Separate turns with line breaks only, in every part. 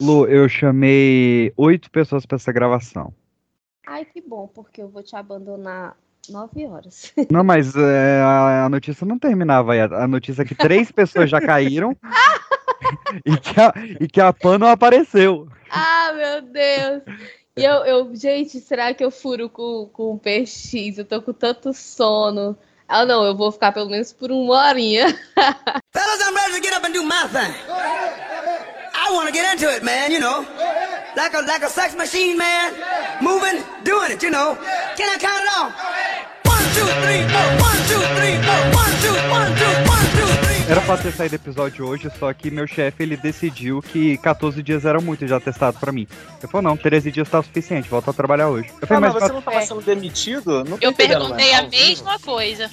Lu, eu chamei oito pessoas para essa gravação.
Ai, que bom, porque eu vou te abandonar nove horas.
Não, mas é, a, a notícia não terminava aí. A, a notícia é que três pessoas já caíram e, que a, e que a Pan não apareceu.
Ah, meu Deus! E eu, eu, gente, será que eu furo com, com o PX? Eu tô com tanto sono. Ah, não, eu vou ficar pelo menos por uma horinha.
Fellas, I'm ready to get up and do my thing. I want to get into it, man, you know. Like a, like a sex machine, man. Moving, doing it, you know. Can I count it off? One, two, three, four. One, two, three, four. One, two, one, two, one, two, three.
Era pra ter saído episódio hoje, só que meu chefe ele decidiu que 14 dias era muito já testado pra mim. Eu falei, não, 13 dias tá o suficiente, volta a trabalhar hoje. Eu
Ah,
falei,
mas
mas, tá
você não tava
É.
sendo demitido? Não tô
Eu
entendendo,
perguntei
né?
tá
a
Ao vivo.
mesma coisa.
é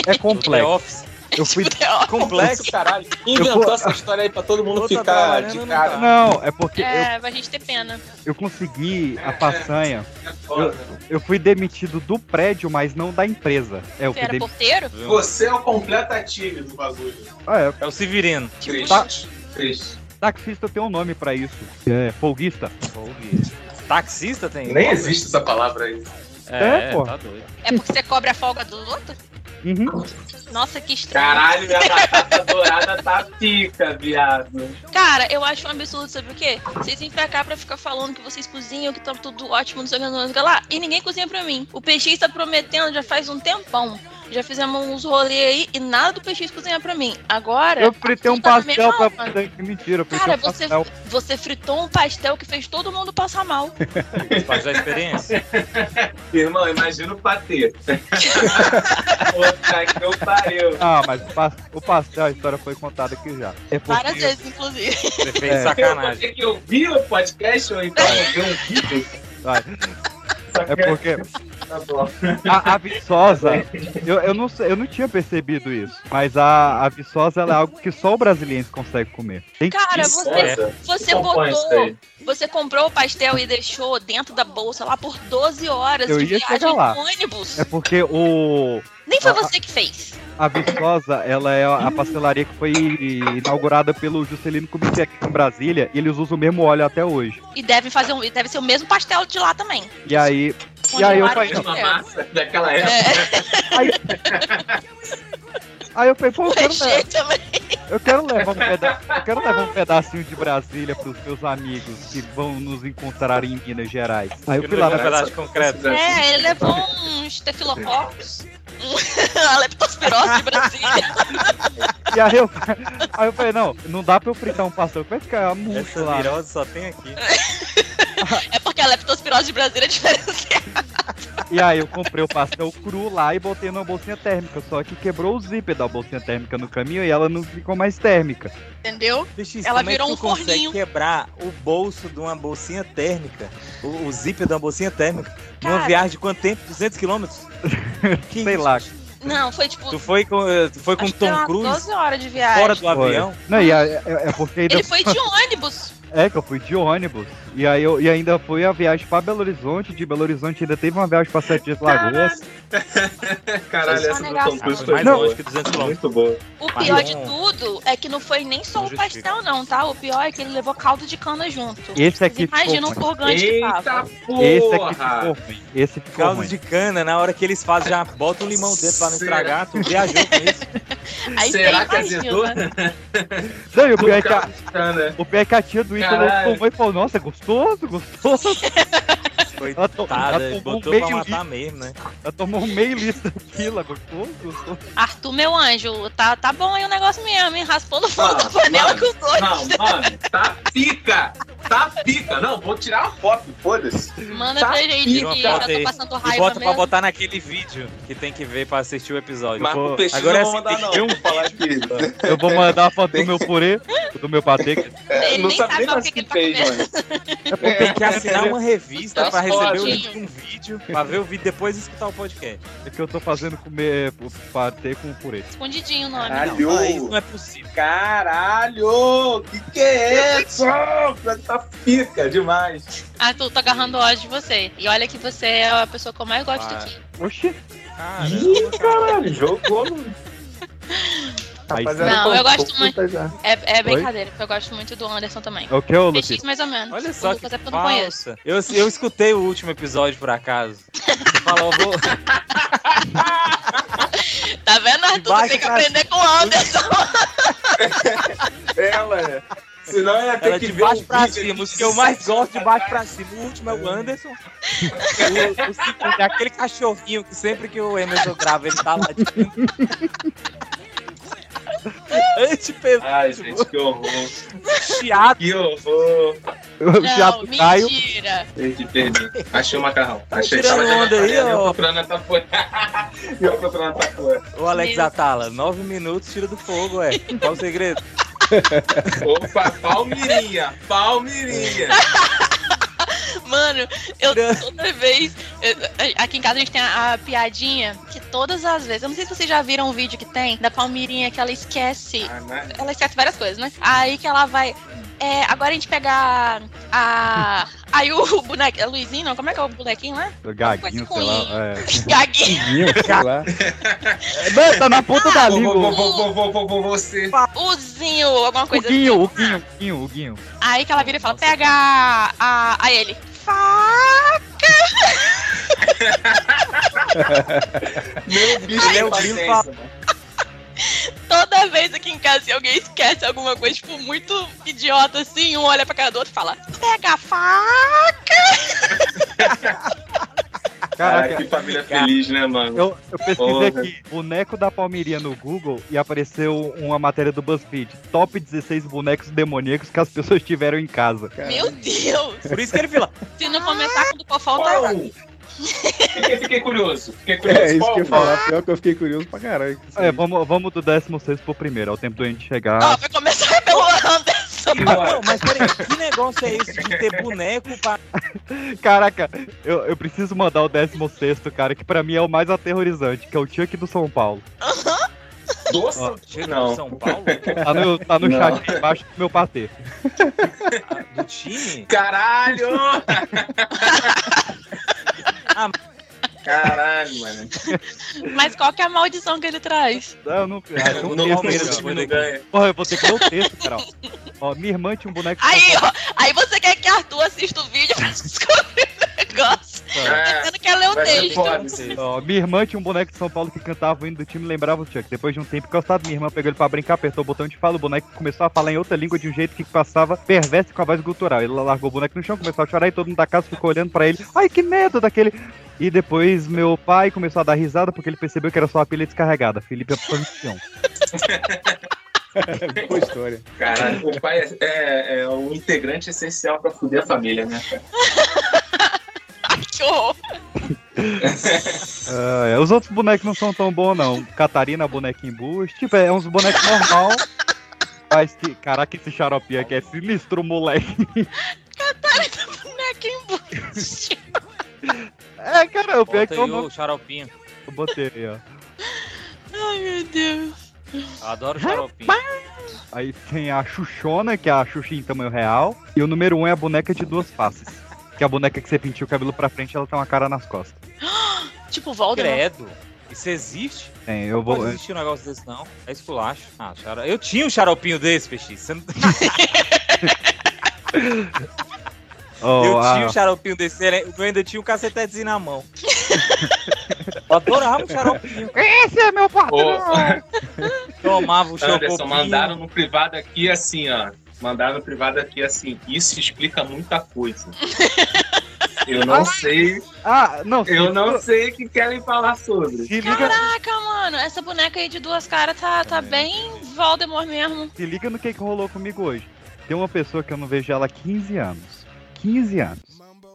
Do The
complexo.
Office.
Eu fui.
Tipo, The Office.
É
Complexo, caralho. Quem
Eu
inventou
vou-
essa história aí pra todo mundo
Vou tá
ficar
trabalhando,
de
não
cara?
Não, é porque eu,
É, pra gente ter pena.
eu consegui a façanha.
Olha,
Eu fui demitido do prédio, mas não da empresa. É, eu
Você
fui
era
demitido.
porteiro?
Você é o completa time do bagulho.
Ah, é,
É o Severino.
Triste.
Tá.
Triste.
taxista tem um nome pra isso. É, folguista.
Taxista tem?
Nem existe essa palavra aí.
É, pô.
Tá doido.
É porque você cobra a folga do outro?
Uhum.
Nossa, que estranho.
Caralho, minha batata dourada tá pica, viado.
Cara, eu acho um absurdo, sabe o quê? Vocês vêm pra cá pra ficar falando que vocês cozinham, que tá tudo ótimo, não sei o que, não sei o que lá, e ninguém cozinha pra mim. O PX tá prometendo já faz um tempão. Já fizemos uns rolê aí e nada do PX cozinhar pra mim. Agora.
Eu fritei um
aqui tá na
pastel
mesma
pra.
hora.
Mentira, eu fritei
Cara,
um
você,
pastel.
você fritou um pastel que fez todo mundo passar mal.
Faz a experiência.
Irmão, imagina o patê. Puta que eu pariu.
Ah, mas o, pas- o pastel, a história foi contada aqui já. É porque
Várias vezes, inclusive.
Você fez
É.
Eu vou
sacanagem.
ter que ouvir o podcast ou então ouvir um vídeo.
Vai.
Só
É
que
porque
tá bom.
a, a Viçosa, eu, eu, não, sei- eu não tinha percebido isso, mas a, a Viçosa ela é algo que só o brasiliense consegue comer. Tem que-
Cara, você,
Nossa,
você
que
Então,
compõe isso
botou.
daí?
Você comprou o pastel e deixou dentro da bolsa lá por 12 horas
Eu
de
ia
viagem
chegar lá.
com ônibus.
É porque o,
Nem foi
Ah,
você que fez.
a Viçosa ela é a pastelaria que foi inaugurada pelo Juscelino Kubitschek aqui em Brasília e eles usam o mesmo óleo até hoje.
E deve fazer um, e deve ser o mesmo pastel de lá também.
E aí,
Com
E aí eu
vários
falei,
Mesma
pastéis.
massa daquela época.
É,
aí eu falei, pô,
o
eu quero,
recheio também.
Eu quero levar um, peda- eu quero levar um pedacinho de Brasília pros meus amigos que vão nos encontrar em Minas Gerais. Aí eu
Eu
fui
não
lá
vi um
na
pedaço de concreto.
É, ele levou um estafilococcus, um- a leptospirose de Brasília.
e aí eu, aí eu falei, não, não dá pra eu fritar um pastel, que vai ficar muito
Essa
lá.
virose só tem aqui.
É porque a leptospirose de Brasília é diferente.
E aí eu comprei o pastel cru lá e botei numa bolsinha térmica, só que quebrou o zíper da bolsinha térmica no caminho e ela não ficou mais térmica.
Entendeu?
Bicho,
Ela
como
virou
é
um
que tu consegue
forninho.
quebrar o bolso de uma bolsinha térmica, o, o zíper de uma bolsinha térmica,
Cara.
numa viagem de quanto tempo? 200 quilômetros? Que
Sei
isso?
lá.
Não, foi tipo.
Tu foi com, eh, tu foi com
acho que
Tom
umas
Cruise
12 horas de viagem.
fora do
Foi.
avião?
Não, e aí, é, é porque ainda
Ele foi de ônibus.
É, que eu fui de ônibus. E aí eu e ainda foi a viagem pra Belo Horizonte. De Belo Horizonte ainda teve uma viagem pra Sete Dias Lagoas.
Caralho,
Só
essa do
negação.
Tom
Foi
Cruise foi
mais
Não.
longe que 200 quilômetros.
muito boa.
O
Mas
pior
não-
de tudo é que não foi nem só
Não
o
justifica.
pastel, não, tá? O pior é que ele levou caldo de cana junto.
Esse
Vocês
aqui
imaginam o
ficou
purgante um que tava.
Eita
Esse
porra!
aqui ficou ruim. Esse ficou
Caldo
ruim.
de cana, na hora que eles fazem, já bota um limão dentro pra não
Será?
estragar, tu viajou com isso.
Aí
Será
você
que
imagina.
azedou?
né?
Não, e o pior é que a,
tá, né?
Cara,
o pior é que a tia do Ítalo
Caralho.
tomou e falou, nossa, é gostoso, gostoso. Ela, to- ela
Coitada,
tomou um
botou pra
meio litro,
matar mesmo, né?
ela tomou um meio litro daquilo, ela, gostoso, gostoso.
Arthur, meu anjo, tá, tá bom aí o negócio mesmo, hein? Raspou no
Ah,
fundo
Mano,
da panela
mano,
com os
Não,
dois.
mano, tá pica! Tá pica! Não, vou tirar uma foto, foda-se.
Manda
tá
pra gente
tira uma
que eu já
foto aí.
tô passando
E
raiva
bota pra
mesmo.
botar naquele vídeo que tem que ver pra assistir o episódio.
Mas
Pô,
pro peixe
agora
não
é
vou
assim,
mandar,
tem
não.
que ver um
Vou falar que.
Eu vou mandar a foto do meu purê, do meu patê.
É,
Ele
É, não
nem
sabe
sabe
nem
o
mais
que
o
que
que
ele tá
fez,
comendo.
mano. É. Tá
Tem que assinar uma revista
Então,
pra receber o
pode.
link de um vídeo, pra ver o vídeo depois e escutar o podcast.
É que eu tô fazendo comer é, o patê com purê.
Escondidinho o nome. não.
Caralho!
Ah, isso não é possível.
Caralho! Que que é isso? Tá pica demais.
Arthur, tô Ah, tá agarrando ódio de você. E olha que você é a pessoa que eu mais gosto
Ah.
aqui.
Oxi,
Cara,
Ih, caralho, jogou no.
é
Rapaziada,
Não,
pô,
eu gosto
pô,
muito.
puta já.
É, é brincadeira, porque eu gosto muito do Anderson também.
É o que, ô, Luffy?
PX mais ou menos.
Olha
O
só que
Lucas é porque eu não conheço.
falsa. Eu, eu escutei o último episódio, por acaso. Falou, vou...
Tá vendo, Arthur?
Vai
Tem que
que tá-
aprender com o Anderson.
É, ué. Senão ia ter
Ela é
que
de
ver o
baixo pra
vídeo
cima.
aqui.
Os que eu mais gosto de baixo pra cima. O último é o Anderson. O, o segundo é aquele cachorrinho que sempre que o Emerson grava, ele tá lá de Antipesado,
Ai, gente, que horror.
chiado.
Que horror.
O
Não,
Thiago Caio.
mentira.
Perdi, perdi. Achei o macarrão. Achei
Tá tirando
Tava
onda aí,
Eu
ó.
procurando a tapoeira. Eu procurando a tapoeira.
Ô, Alex
Meu.
Atala, nove minutos, tira do fogo, ué. Qual o segredo?
Opa, Palmirinha. Palmirinha.
Mano, eu toda vez. eu- aqui em casa a gente tem a, a piadinha que todas as vezes. Eu não sei se vocês já viram um vídeo que tem da Palmirinha que ela esquece.
Ah, né?
Ela esquece várias coisas, né? Aí que ela vai. é, agora a gente pega a. a- aí o bonequinho. É Luizinho, não? Como é que é o bonequinho lá?
Gaguinho, sei lá. É.
Gaguinho.
Gaguinho, sei lá. Não, tá na ponta da
Vou,
língua.
Ah, vou, vou, vou, vou, vou, vou, você.
Uzinho, alguma
O
coisa assim.
Guinho, o Guinho, o Guinho, o Guinho.
Aí que ela vira e fala: pega a. a, a ele. Fá.
Meu bicho,
Ele é
meu
o
bicho.
Grilo
Toda vez aqui em casa, se alguém esquece alguma coisa, tipo, muito idiota assim, um olha pra cara do outro e fala: pega a faca!
Cara, que
Caraca,
família feliz, né, mano?
eu, eu pesquisei
Porra.
aqui, boneco da Palmeirinha no Google e apareceu uma matéria do BuzzFeed. Top 16 bonecos demoníacos que as pessoas tiveram em casa.
Meu Deus!
Por isso que ele fila.
Se não começar com o Pofal, tá
Qual?
errado.
Fiquei, fiquei curioso. Fiquei curioso.
É isso
Qual?
que eu ia falar. Pior que eu fiquei curioso pra caralho.
É, vamos, vamos do 16 pro primeiro, ao tempo do gente chegar.
Ó, vai começar pelo Anderson.
Não, mas peraí, que negócio é esse de ter boneco pra.
Caraca, eu, eu preciso mandar o 16, cara, que pra mim é o mais aterrorizante, que é o Chuck do São Paulo.
Doce?
Ó,
Chega
Não.
de São Paulo?
Tá no, tá no
Não.
chat aqui embaixo do meu patê.
Do time?
Caralho!
Ah.
Caralho, mano.
Mas qual que é a maldição que ele traz?
Não, eu não, ah, tem
O
um
não,
texto,
Palmeiras
cara.
o time não ganha.
Porra, eu vou ter que ler o texto, cara. ó. Ó, minha irmã tinha um boneco. de
Aí, ó, aí você quer que Arthur assista o vídeo pra descobrir o negócio. Tá
É,
Você não quer ler o
vai ser
texto.
foda isso aí.
Ó, minha irmã tinha um boneco de São Paulo que cantava o hino do time e lembrava o Chuck. Depois de um tempo cansado, minha irmã pegou ele pra brincar, apertou o botão de fala, o boneco começou a falar em outra língua de um jeito que passava perverso e com a voz gutural. Ele largou o boneco no chão, começou a chorar e todo mundo da casa ficou olhando pra ele. Ai, que medo daquele... E depois meu pai começou a dar risada porque ele percebeu que era só a pilha descarregada. Felipe é posição.
Boa história.
Caralho, o pai é, é, é um integrante essencial pra fuder a família, né? cara?
Ai, que horror.
Ah, é, os outros bonecos não são tão bons, não. Catarina, boneca em bus. Tipo, é uns bonecos normal. Mas que. Caraca, esse xarope aqui é sinistro, moleque.
Cara, boneco embuste.
É, cara, o pior é
Bota
que
aí
eu não
o xaropinho.
eu botei aí, ó.
Ai, meu Deus.
Eu adoro xaropinho.
Aí tem a Xuxona, que é a Xuxa em tamanho real. E o número um é a boneca de duas faces. Que é a boneca que você pintiu o cabelo pra frente ela tem uma cara nas costas.
Tipo, Voldemort.
Credo. Isso existe?
Tem, eu
Não
vou.
pode existir um negócio desse, não. É esculacho. Ah, xara... Eu tinha um xaropinho desse, peixe. Você não-
ó,
eu
a-
tinha um xaropinho desse. era- Eu ainda tinha um cacetezinho na mão. Eu adorava um xaropinho.
Esse é meu
Ô,
patrão!
Tomava o
um
Anderson,
xaropinho.
mandaram no privado aqui assim, ó. Mandaram no privado aqui assim. Isso explica muita coisa. Eu não sei,
Ah, não, se,
eu não sei o que querem falar sobre.
se liga,
Caraca, mano, essa boneca aí de duas caras tá, tá bem Voldemort mesmo.
Se liga no que, que rolou comigo hoje. Tem uma pessoa que eu não vejo ela há 15 anos. 15 anos.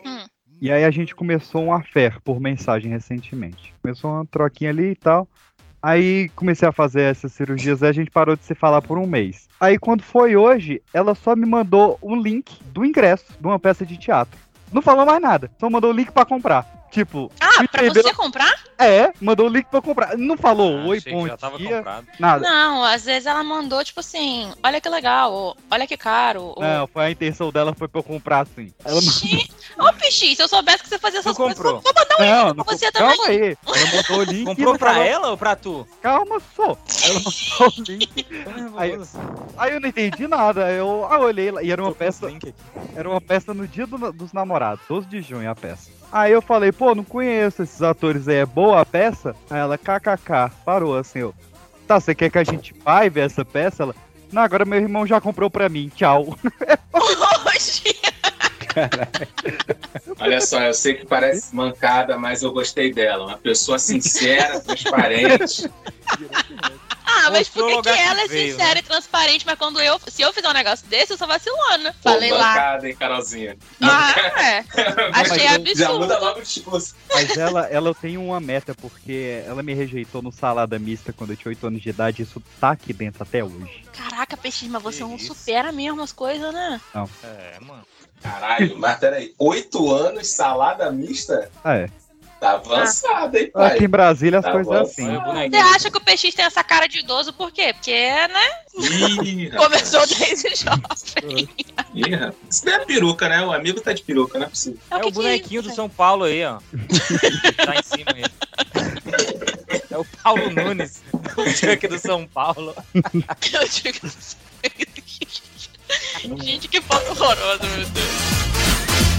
Hum.
E aí a gente começou um affair por mensagem recentemente. Começou uma troquinha ali e tal. Aí comecei a fazer essas cirurgias e a gente parou de se falar por um mês. Aí quando foi hoje, ela só me mandou um link do ingresso de uma peça de teatro. Não falou mais nada, só mandou o link pra comprar. Tipo,
Ah,
me
pra
perdeu-
você comprar?
é, mandou o link pra eu comprar. Não falou
Ah,
oi,
achei que
bom
já tava
dia,
comprado.
nada.
Não, às vezes ela mandou, tipo assim, olha que legal, ou, olha que caro. Ou...
É,
Não, foi a intenção dela foi pra eu comprar assim. Ela
Xi- Ô, Pixi, se eu soubesse que você fazia essas
Tu
coisas,
comprou.
eu vou mandar um e-mail
não,
pra
não
você
comprou-
também.
calma aí. Ela mandou o link.
Comprou
e
pra
falou,
ela ou pra tu?
Calma só. Ela mandou o link. Aí- Aí eu não entendi nada. Eu ah, olhei lá, e era uma peça. Era uma peça no dia do- dos namorados, 12 de junho a peça. Aí eu falei, pô, não conheço esses atores aí, é boa a peça? Aí ela, kkk, parou assim, eu. Tá, você quer que a gente vai ver essa peça? Ela, não, agora meu irmão já comprou pra mim, tchau.
Hoje.
Olha só, eu sei que parece mancada, mas eu gostei dela. Uma pessoa sincera, transparente.
Ah, mas
Mostrou
por que,
o
que
lugar que
ela é
né?
veio,
sincera e transparente, mas quando eu. Se eu fizer um negócio desse, eu sou vacilona. Falei
Pô,
lá.
Mancada, hein, Carolzinha?
Ah, é. Achei
Já muda
absurdo.
logo o discurso.
Mas ela, ela tem uma meta, porque ela me rejeitou no salada mista quando eu tinha 8 anos de idade, isso tá aqui dentro até hoje.
Caraca, Peixe, mas você
Que
não
isso.
supera mesmo as coisas, né?
É, mano.
Caralho, mas peraí. Oito anos, salada mista?
Ah, é.
Tá avançada, hein, pai?
Aqui em Brasília as
Tá
coisas
bom,
é assim.
Olha o
Você
bonequinho.
acha que o Peixe tem essa cara de idoso por quê? Porque, né?
Ih, rapaz.
Começou desde jovem.
Ih, rapaz. Isso não é peruca, né? O amigo tá de peruca, não é possível.
o
É
que
o
que
bonequinho do
isso?
São Paulo aí, ó. tá em cima aí. É o Paulo Nunes, o Chuck do São Paulo.
Eu digo assim. Gente, que foto horrorosa, meu Deus.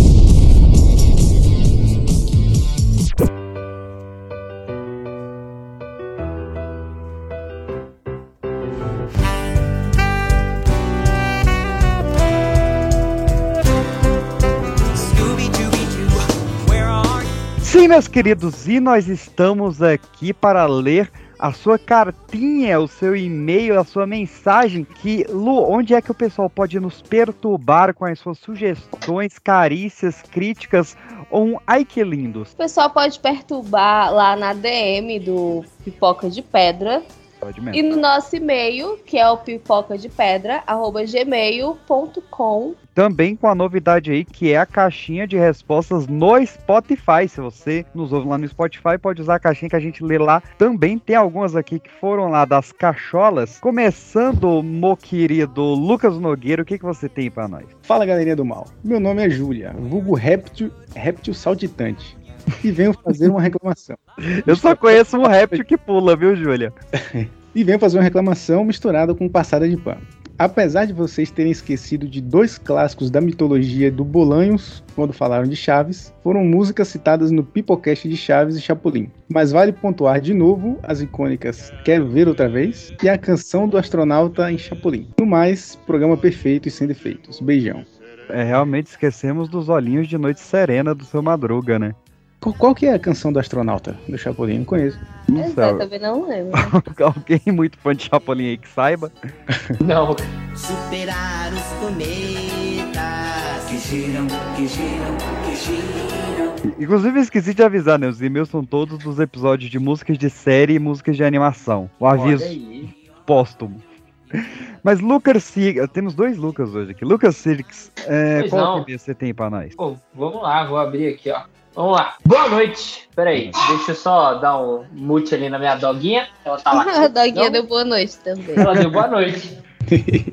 Scooby Dooby Doo, where are you?
Sim, meus queridos, e nós estamos aqui para ler a sua cartinha, o seu e-mail, a sua mensagem. Que Lu, onde é que o pessoal pode nos perturbar com as suas sugestões, carícias, críticas? Ou um ai que lindos?
O pessoal pode perturbar lá na DM do Pipoca de Pedra
Pode
e
É.
mesmo.
no nosso e-mail, que é o pipocadepedra@gmail.com.
Também com a novidade aí que é a caixinha de respostas no Spotify. Se você nos ouve lá no Spotify, pode usar a caixinha que a gente lê lá. Também tem algumas aqui que foram lá das cacholas. Começando, meu querido Lucas Nogueira, o que, que você tem pra nós?
Fala galerinha do mal, meu nome é Júlia, vulgo réptil, réptil saltitante, e venho fazer uma reclamação.
Eu só conheço um réptil que pula, viu, Júlia?
E venho fazer uma reclamação misturada com passada de pano. Apesar de vocês terem esquecido de dois clássicos da mitologia do Bolanhos, quando falaram de Chaves, foram músicas citadas no Pipocast de Chaves e Chapolin. Mas vale pontuar de novo as icônicas Quer Ver Outra Vez e a canção do astronauta em Chapolin. No mais, programa perfeito e sem defeitos. Beijão.
É, realmente esquecemos dos olhinhos de noite serena do seu Madruga, né?
Qu- Qual que é a canção do astronauta do Chapolin? Não conheço.
Não
Pois é,
sei,
também não lembro.
alguém muito fã de Chapolin aí que saiba.
Não,
Superar os cometas que giram, que giram, que giram.
Inclusive, esqueci de avisar, né? Os e-mails são todos dos episódios de músicas de série e músicas de animação. O Um aviso póstumo. Mas Lucas Sig... Temos dois Lucas hoje aqui. Lucas Sirix, é,
Pois
qual
não.
que você tem pra nós?
Pô, vamos lá, vou abrir aqui, ó. Vamos lá. Boa noite. Peraí, deixa eu só dar um mute ali na minha doguinha. Ela tá lá.
A Doguinha
Não?
deu boa noite também.
Ela deu boa noite.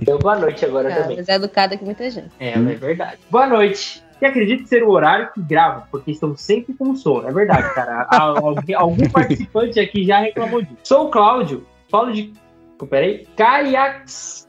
Deu boa noite agora
Ah,
também.
mas é educada que muita gente.
É, é verdade. Boa noite. E acredito ser o horário que gravo, porque estou sempre com sono. É verdade, cara. Al- alguém- algum participante aqui já reclamou disso. Sou o Cláudio, falo de. Oh, Peraí. Caiax.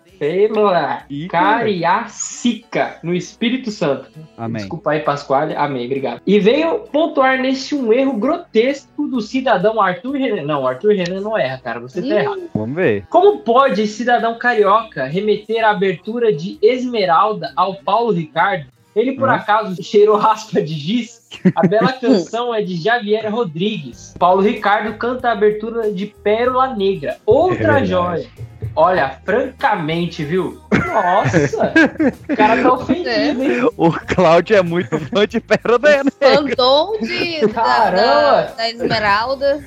Ih,
Cariacica, no Espírito Santo.
Amém.
Desculpa aí, Pasquale. Amém, obrigado. E venho pontuar neste um erro grotesco do cidadão Arthur Renan. Não, Arthur Renan não erra, cara. Você
Ih.
tá errado.
Vamos ver.
Como pode esse cidadão carioca remeter a abertura de Esmeralda ao Paulo Ricardo? Ele, por
Hum.
acaso, cheirou raspa de giz? A bela canção é de Javier Rodrigues. Paulo Ricardo canta a abertura de Pérola Negra.
É
Outra
verdade.
joia. Olha, francamente, viu? Nossa! O cara tá ofendido, hein?
O Cláudio é muito fã de Pérola Negra.
Fandom de, da, da,
Caramba!
da Esmeralda.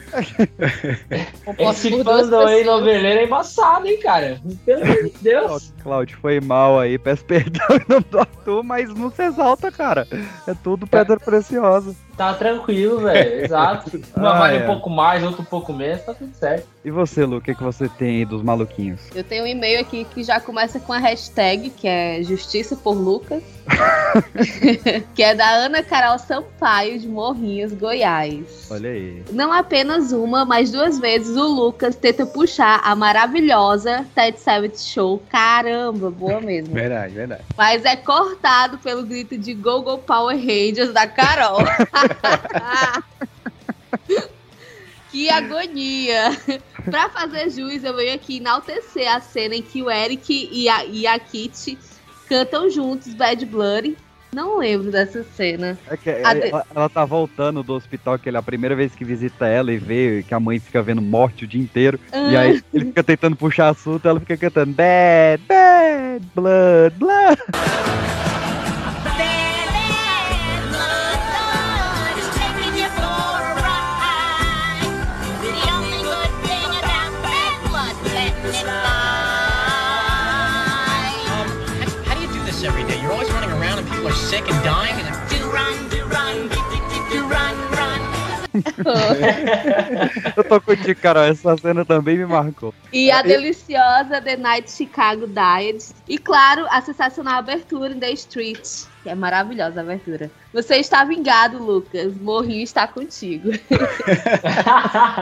Composto
Esse
por duas
fandom aí,
pessoas.
noveleiro, é embaçado, hein, cara? Pelo amor de Deus!
Cláudio, foi mal aí, peço perdão em nome do Arthur, mas não se exalta, cara. É tudo pedra preciosa.
Tá tranquilo, velho. Exato. Uma
Ah,
vale
é.
um pouco mais, outra um pouco menos, tá tudo certo.
E você, Lu, o que, que você tem aí dos maluquinhos?
Eu tenho um e-mail aqui que já começa com a hashtag, que é Justiça por Lucas. que é da Ana Carol Sampaio, de Morrinhos, Goiás.
Olha aí.
Não apenas uma, mas duas vezes o Lucas tenta puxar a maravilhosa Ted Savage Show. Caramba, boa mesmo.
Verdade, verdade.
Mas é cortado pelo grito de Google Power Rangers da Carol. que agonia! Pra fazer juiz, eu venho aqui enaltecer a cena em que o Eric e a, e a Kit cantam juntos Bad Blood. Não lembro dessa cena.
É que
A de-
ela, ela tá voltando do hospital, que ele, a primeira vez que visita ela e vê e que a mãe fica vendo morte o dia inteiro. E
Ah.
aí ele fica tentando puxar assunto, ela fica cantando Bad, Bad, Blood, Blood.
How do you do this every day? You're always running around and people are sick and dying. And do run, do run, do, do, do, do run, run.
Eu tô contigo, Carol, essa cena também me marcou.
E a deliciosa The Night Chicago Diet. E claro, a sensacional abertura em The Street. Que é maravilhosa a abertura. Você está vingado, Lucas. Morrinho está contigo.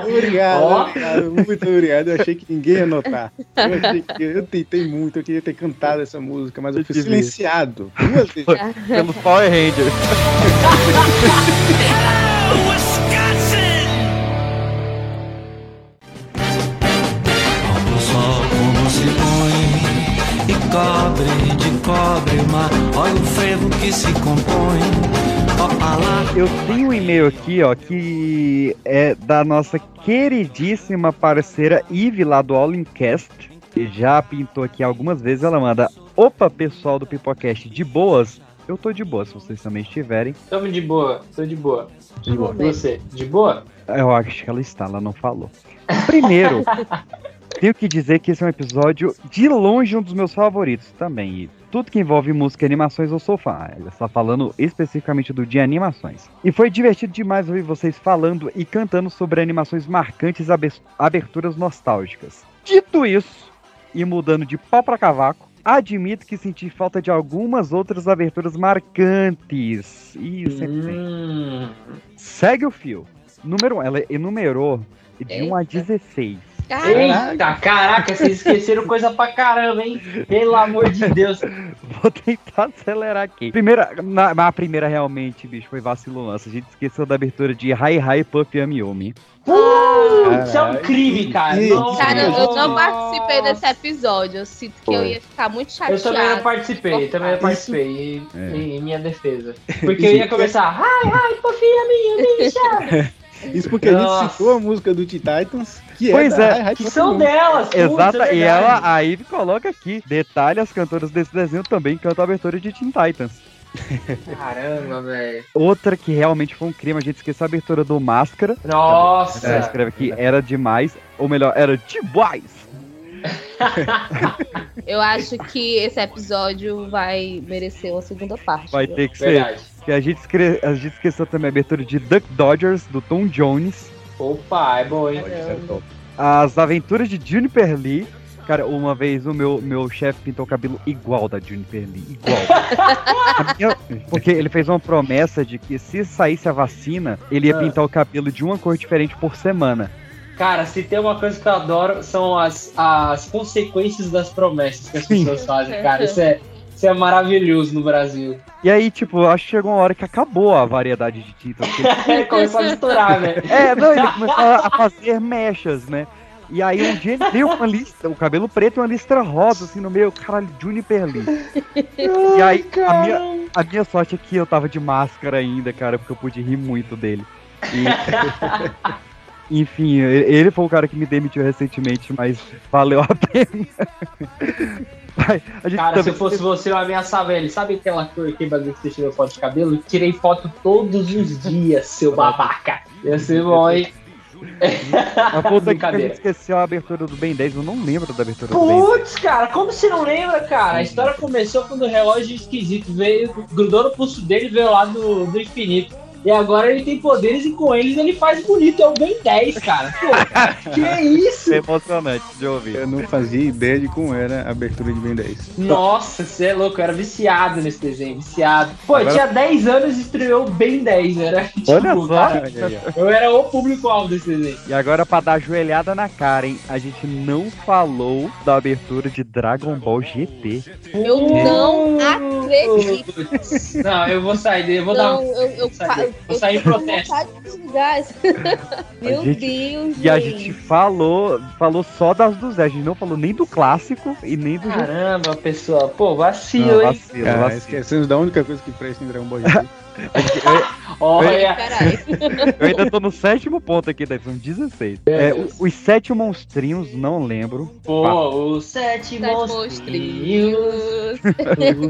Obrigado,
Ó.
obrigado, muito obrigado. Eu achei que ninguém ia notar. Eu, achei que- eu tentei muito, eu queria ter cantado essa música, mas eu fui silenciado. Duas vezes.
Pelos Power Rangers.
Só como se põe e cobre de cobre uma. Olha o frevo que se compõe. Ó, a lá.
Eu tenho um e-mail aqui, ó, que é da nossa queridíssima parceira Ive lá do All In Cast, que já pintou aqui algumas vezes. Ela manda: Opa, pessoal do Pipocast, de boas? Eu tô de boa, se vocês também estiverem.
Tamo de boa, tô de boa.
De boa.
E você, de boa?
Eu acho que ela está, ela não falou. Primeiro, tenho que dizer que esse é um episódio de longe um dos meus favoritos também. E tudo que envolve música e animações eu sou fã. Ela está falando especificamente do dia animações. E foi divertido demais ouvir vocês falando e cantando sobre animações marcantes e abes- aberturas nostálgicas. Dito isso, e mudando de pau pra cavaco, admito que senti falta de algumas outras aberturas marcantes. E
Hum.
sempre tem.
Hum.
Segue o fio. Número 1, ela enumerou de 1 a 16.
Eita, caraca, vocês esqueceram coisa pra caramba, hein? Pelo amor de Deus.
Vou tentar acelerar aqui. Primeira, na, na primeira realmente, bicho, foi vacilança. A gente esqueceu da abertura de Hi Hi Puff Yami Yumi.
Uh, Isso é um crime, cara.
Ih,
Nossa.
Cara, eu não participei desse episódio. Eu sinto que eu ia ficar muito chateada.
Eu também não participei, também não participei. Em, em minha defesa. Porque eu ia começar. Ai, ai, fofinha minha, bicha!
Isso porque a
Nossa.
gente citou a música do Teen Titans, que
Pois
é, da
é,
Hi Hi
que
Puff
são
Yumi.
delas, putz,
Exata,
é
e
verdade.
ela, a Ivy coloca aqui, detalhe, as cantoras desse desenho também cantam a abertura de Teen Titans.
"Ah, Caramba, velho.
Outra que realmente foi um crime, a gente esqueceu a abertura do Máscara. Ela
Nossa!
escreve aqui, era demais, ou melhor, era demais.
Eu acho que esse episódio vai merecer uma segunda parte.
Vai
viu?
ter que ser.
é Verdade.
Que a gente, escre- a gente esqueceu também a abertura de Duck Dodgers, do Tom Jones.
Opa, é bom, hein?
As Aventuras de Juniper Lee. Cara, uma vez o meu, meu chefe pintou o cabelo igual da Juniper Lee, igual. A minha- Porque ele fez uma promessa de que se saísse a vacina, ele ia
Ah.
pintar o cabelo de uma cor diferente por semana.
Cara, se tem uma coisa que eu adoro são as, as consequências das promessas que as pessoas fazem, cara. Isso é, isso é maravilhoso no Brasil.
E aí, tipo, acho que chegou uma hora que acabou a variedade de tintas. que ele-
É, Começou a misturar, né?
É, não, ele começou a a fazer mechas, né? E aí um dia ele deu uma lista, o cabelo preto e uma listra rosa, assim, no meio, caralho, Juniper Lee. E aí, a minha, a minha sorte é que eu tava de máscara ainda, cara, porque eu pude rir muito dele. E, Enfim, ele ele foi o cara que me demitiu recentemente, mas valeu a pena. Vai, a gente
Cara, se
também-
eu fosse você, eu ameaçava ele. Sabe aquela cor que bagulho que você tirou foto de cabelo? Eu tirei foto todos os dias, seu babaca. Ia ser bom, hein?
A puta que eu
Brincadeira.
esqueceu a abertura do Ben 10, eu não lembro da abertura do Ben 10.
Putz, cara, como você não lembra, cara? A história começou quando o relógio esquisito veio, grudou no pulso dele e veio lá do, do infinito. E agora ele tem poderes e com eles ele faz bonito, é o Ben 10, cara. Pô, que isso?
É emocionante de ouvir.
Eu não fazia ideia de como era a abertura de Ben 10.
Nossa, você é louco, eu era viciado nesse desenho, viciado. Pô, eu
Agora-
tinha 10 anos e estreou o Ben 10, era tipo,
Olha só,
cara,
olha aí, ó.
eu era o público-alvo desse desenho.
E agora, pra dar joelhada na cara, hein? A gente não falou da abertura de Dragon Ball GT.
Eu não acredito.
Não, eu vou sair, dele, eu Uhum. vou
não,
dar um...
eu, eu, fa- eu,
Vou sair em
tenho
protesto.
vontade de desligar isso. Meu
gente-
Deus,
E a
gente.
gente falou, falou só das do Zé. A gente não falou nem do clássico e nem do GT.
Caramba, pessoal, pô, vacilo,
Não,
hein?
vacilo,
Cara,
vacilo.
esquecemos da única coisa que presta em Dragon Ball GT.
Olha,
Eu ainda tô no sétimo ponto aqui, daí são 16. É, o- os sete monstrinhos, não lembro. Pá.
Pô, os sete monstrinhos.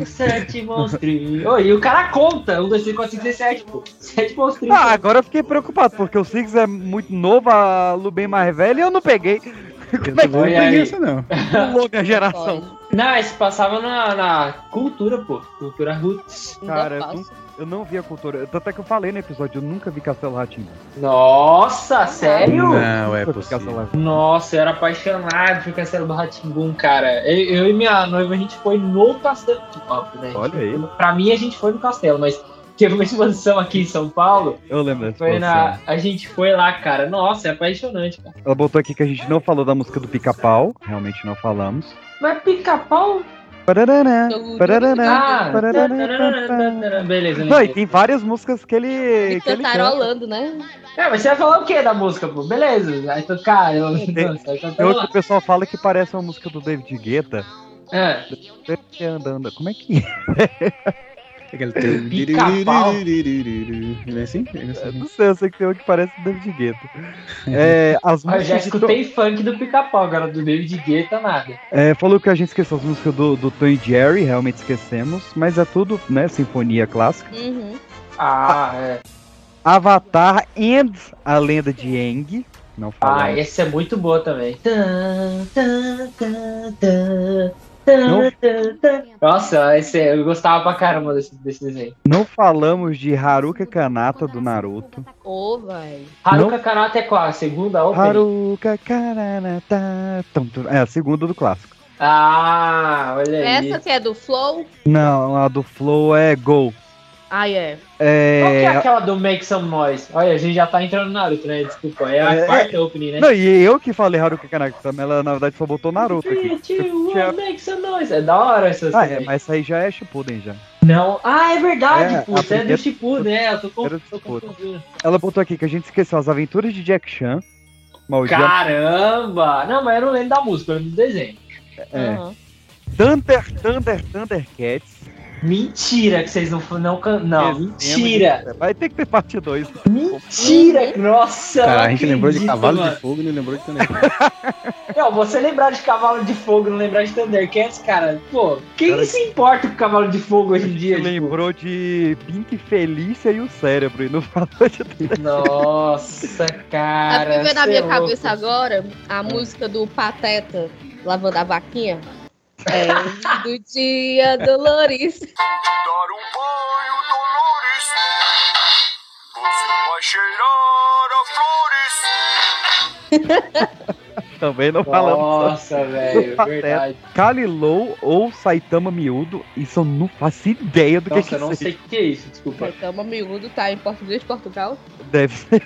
os sete monstrinhos. Ô, e o cara conta. Um, dois, três, quatro, cinco, seis, sete, pô. Sete monstrinhos.
Ah, agora eu fiquei preocupado, porque o Six é muito novo, a Lu bem mais velha e eu não peguei. Como é que
não peguei
peguei
essa,
não?
Pulou minha geração.
Não, esse passava na, na cultura, pô. Cultura roots.
Cara, eu não, eu não vi a cultura. Tanto é que eu falei no episódio, eu nunca vi Castelo Ratimba.
Nossa, sério?
Não, é
possível.
Nossa, eu era apaixonado por Castelo Barratimbum, cara. Eu, eu e minha noiva, a gente foi no Castelo. Óbvio, né?
Olha aí.
Pra mim, a gente foi no castelo, mas teve uma expansão aqui em São Paulo.
Eu lembro dessa
Foi na...
expansão.
A gente foi lá, cara. Nossa, é apaixonante, cara.
Ela botou aqui que a gente não falou da música do pica-pau, realmente não falamos.
Mas pica-pau.
Pararará,
Ah,
pararará, pararará.
tararara, beleza,
Não, e
beleza.
tem várias músicas que ele. que ele canta.
Cantarolando, né?
É, mas você vai falar o que da música, pô? Beleza. Vai tocar. Eu... Nossa, vai
Tem outra que
cantar tá lá.
o pessoal fala que parece uma música do David Guetta.
É.
Sempre andando. Como é que é?
Aquele
Pica-pau.
Não é assim? É assim.
Não sei, eu sei que tem um que parece o David Guetta. É, as
Ah, Eu já
músicas de Tom-
escutei funk do pica-pau, agora do David Guetta, nada.
é, falou que a gente esqueceu as músicas do, do Tom e Jerry, realmente esquecemos, mas é tudo, né? Sinfonia clássica.
Ah, é.
Avatar and a lenda de Aang. Não falamos.
Ah, essa é muito boa também. É. Nossa, esse, é- eu gostava pra caramba desse, desse desenho.
Não falamos de Haruka Kanata do Naruto.
Ô, vai.
Haruka Kanata é qual? A segunda ou
Haruka Kanata. Tum, tum. É a segunda do clássico.
Ah, olha aí.
Essa que é do Flow?
Não, a do Flow é Gol.
Ai, é.
É...
Qual que é aquela do Make Some Noise? Olha, a gente já tá entrando no Naruto, né? Desculpa, é a
É,
quarta opening, né?
Não, e eu que falei Haruka Kanata, ela na verdade só botou Naruto aqui.
Three, two, one, Make Some Noise. É da hora essa
Ah, é,
cena.
mas isso aí já é Shippuden já.
Não. Ah, é verdade,
É,
é,
a
putz, é
primeira-
do Shippuden, né? Eu tô, com, tô
Shippuden.
confundindo.
Ela botou aqui que a gente esqueceu as aventuras de Jack Chan. Maldito.
Caramba! Não, mas eu não lembro da música, eu lembro do desenho.
É. Thunder, Thunder, Thundercats.
Mentira que vocês não não can- não, mentira.
é, Vai ter que ter parte 2.
Mentira! Nossa!
Cara,
eu
a gente lembrou de
acredito,
Cavalo
mano.
de Fogo e não lembrou de Tonel.
Não, você lembrar de Cavalo de Fogo e não lembrar de Thundercats, cara, pô, quem se importa com Cavalo de Fogo hoje em dia? tipo.
Lembrou de Pink Felícia e o cérebro e não falou de
Nossa,
Sabe o
cara.
que veio na
cê
minha
é louco.
cabeça agora? A música do Pateta lavando a vaquinha. É, do dia Dolores.
Dar um banho, Dolores. Você vai cheirar a flores.
Também não
Nossa,
falamos. Tá
velho,
verdade.
Kalilou ou Saitama Miúdo, isso eu não faço ideia do que
Nossa,
que
eu não sei o que é isso, desculpa.
Saitama Miúdo tá em português de Portugal.
Deve ser.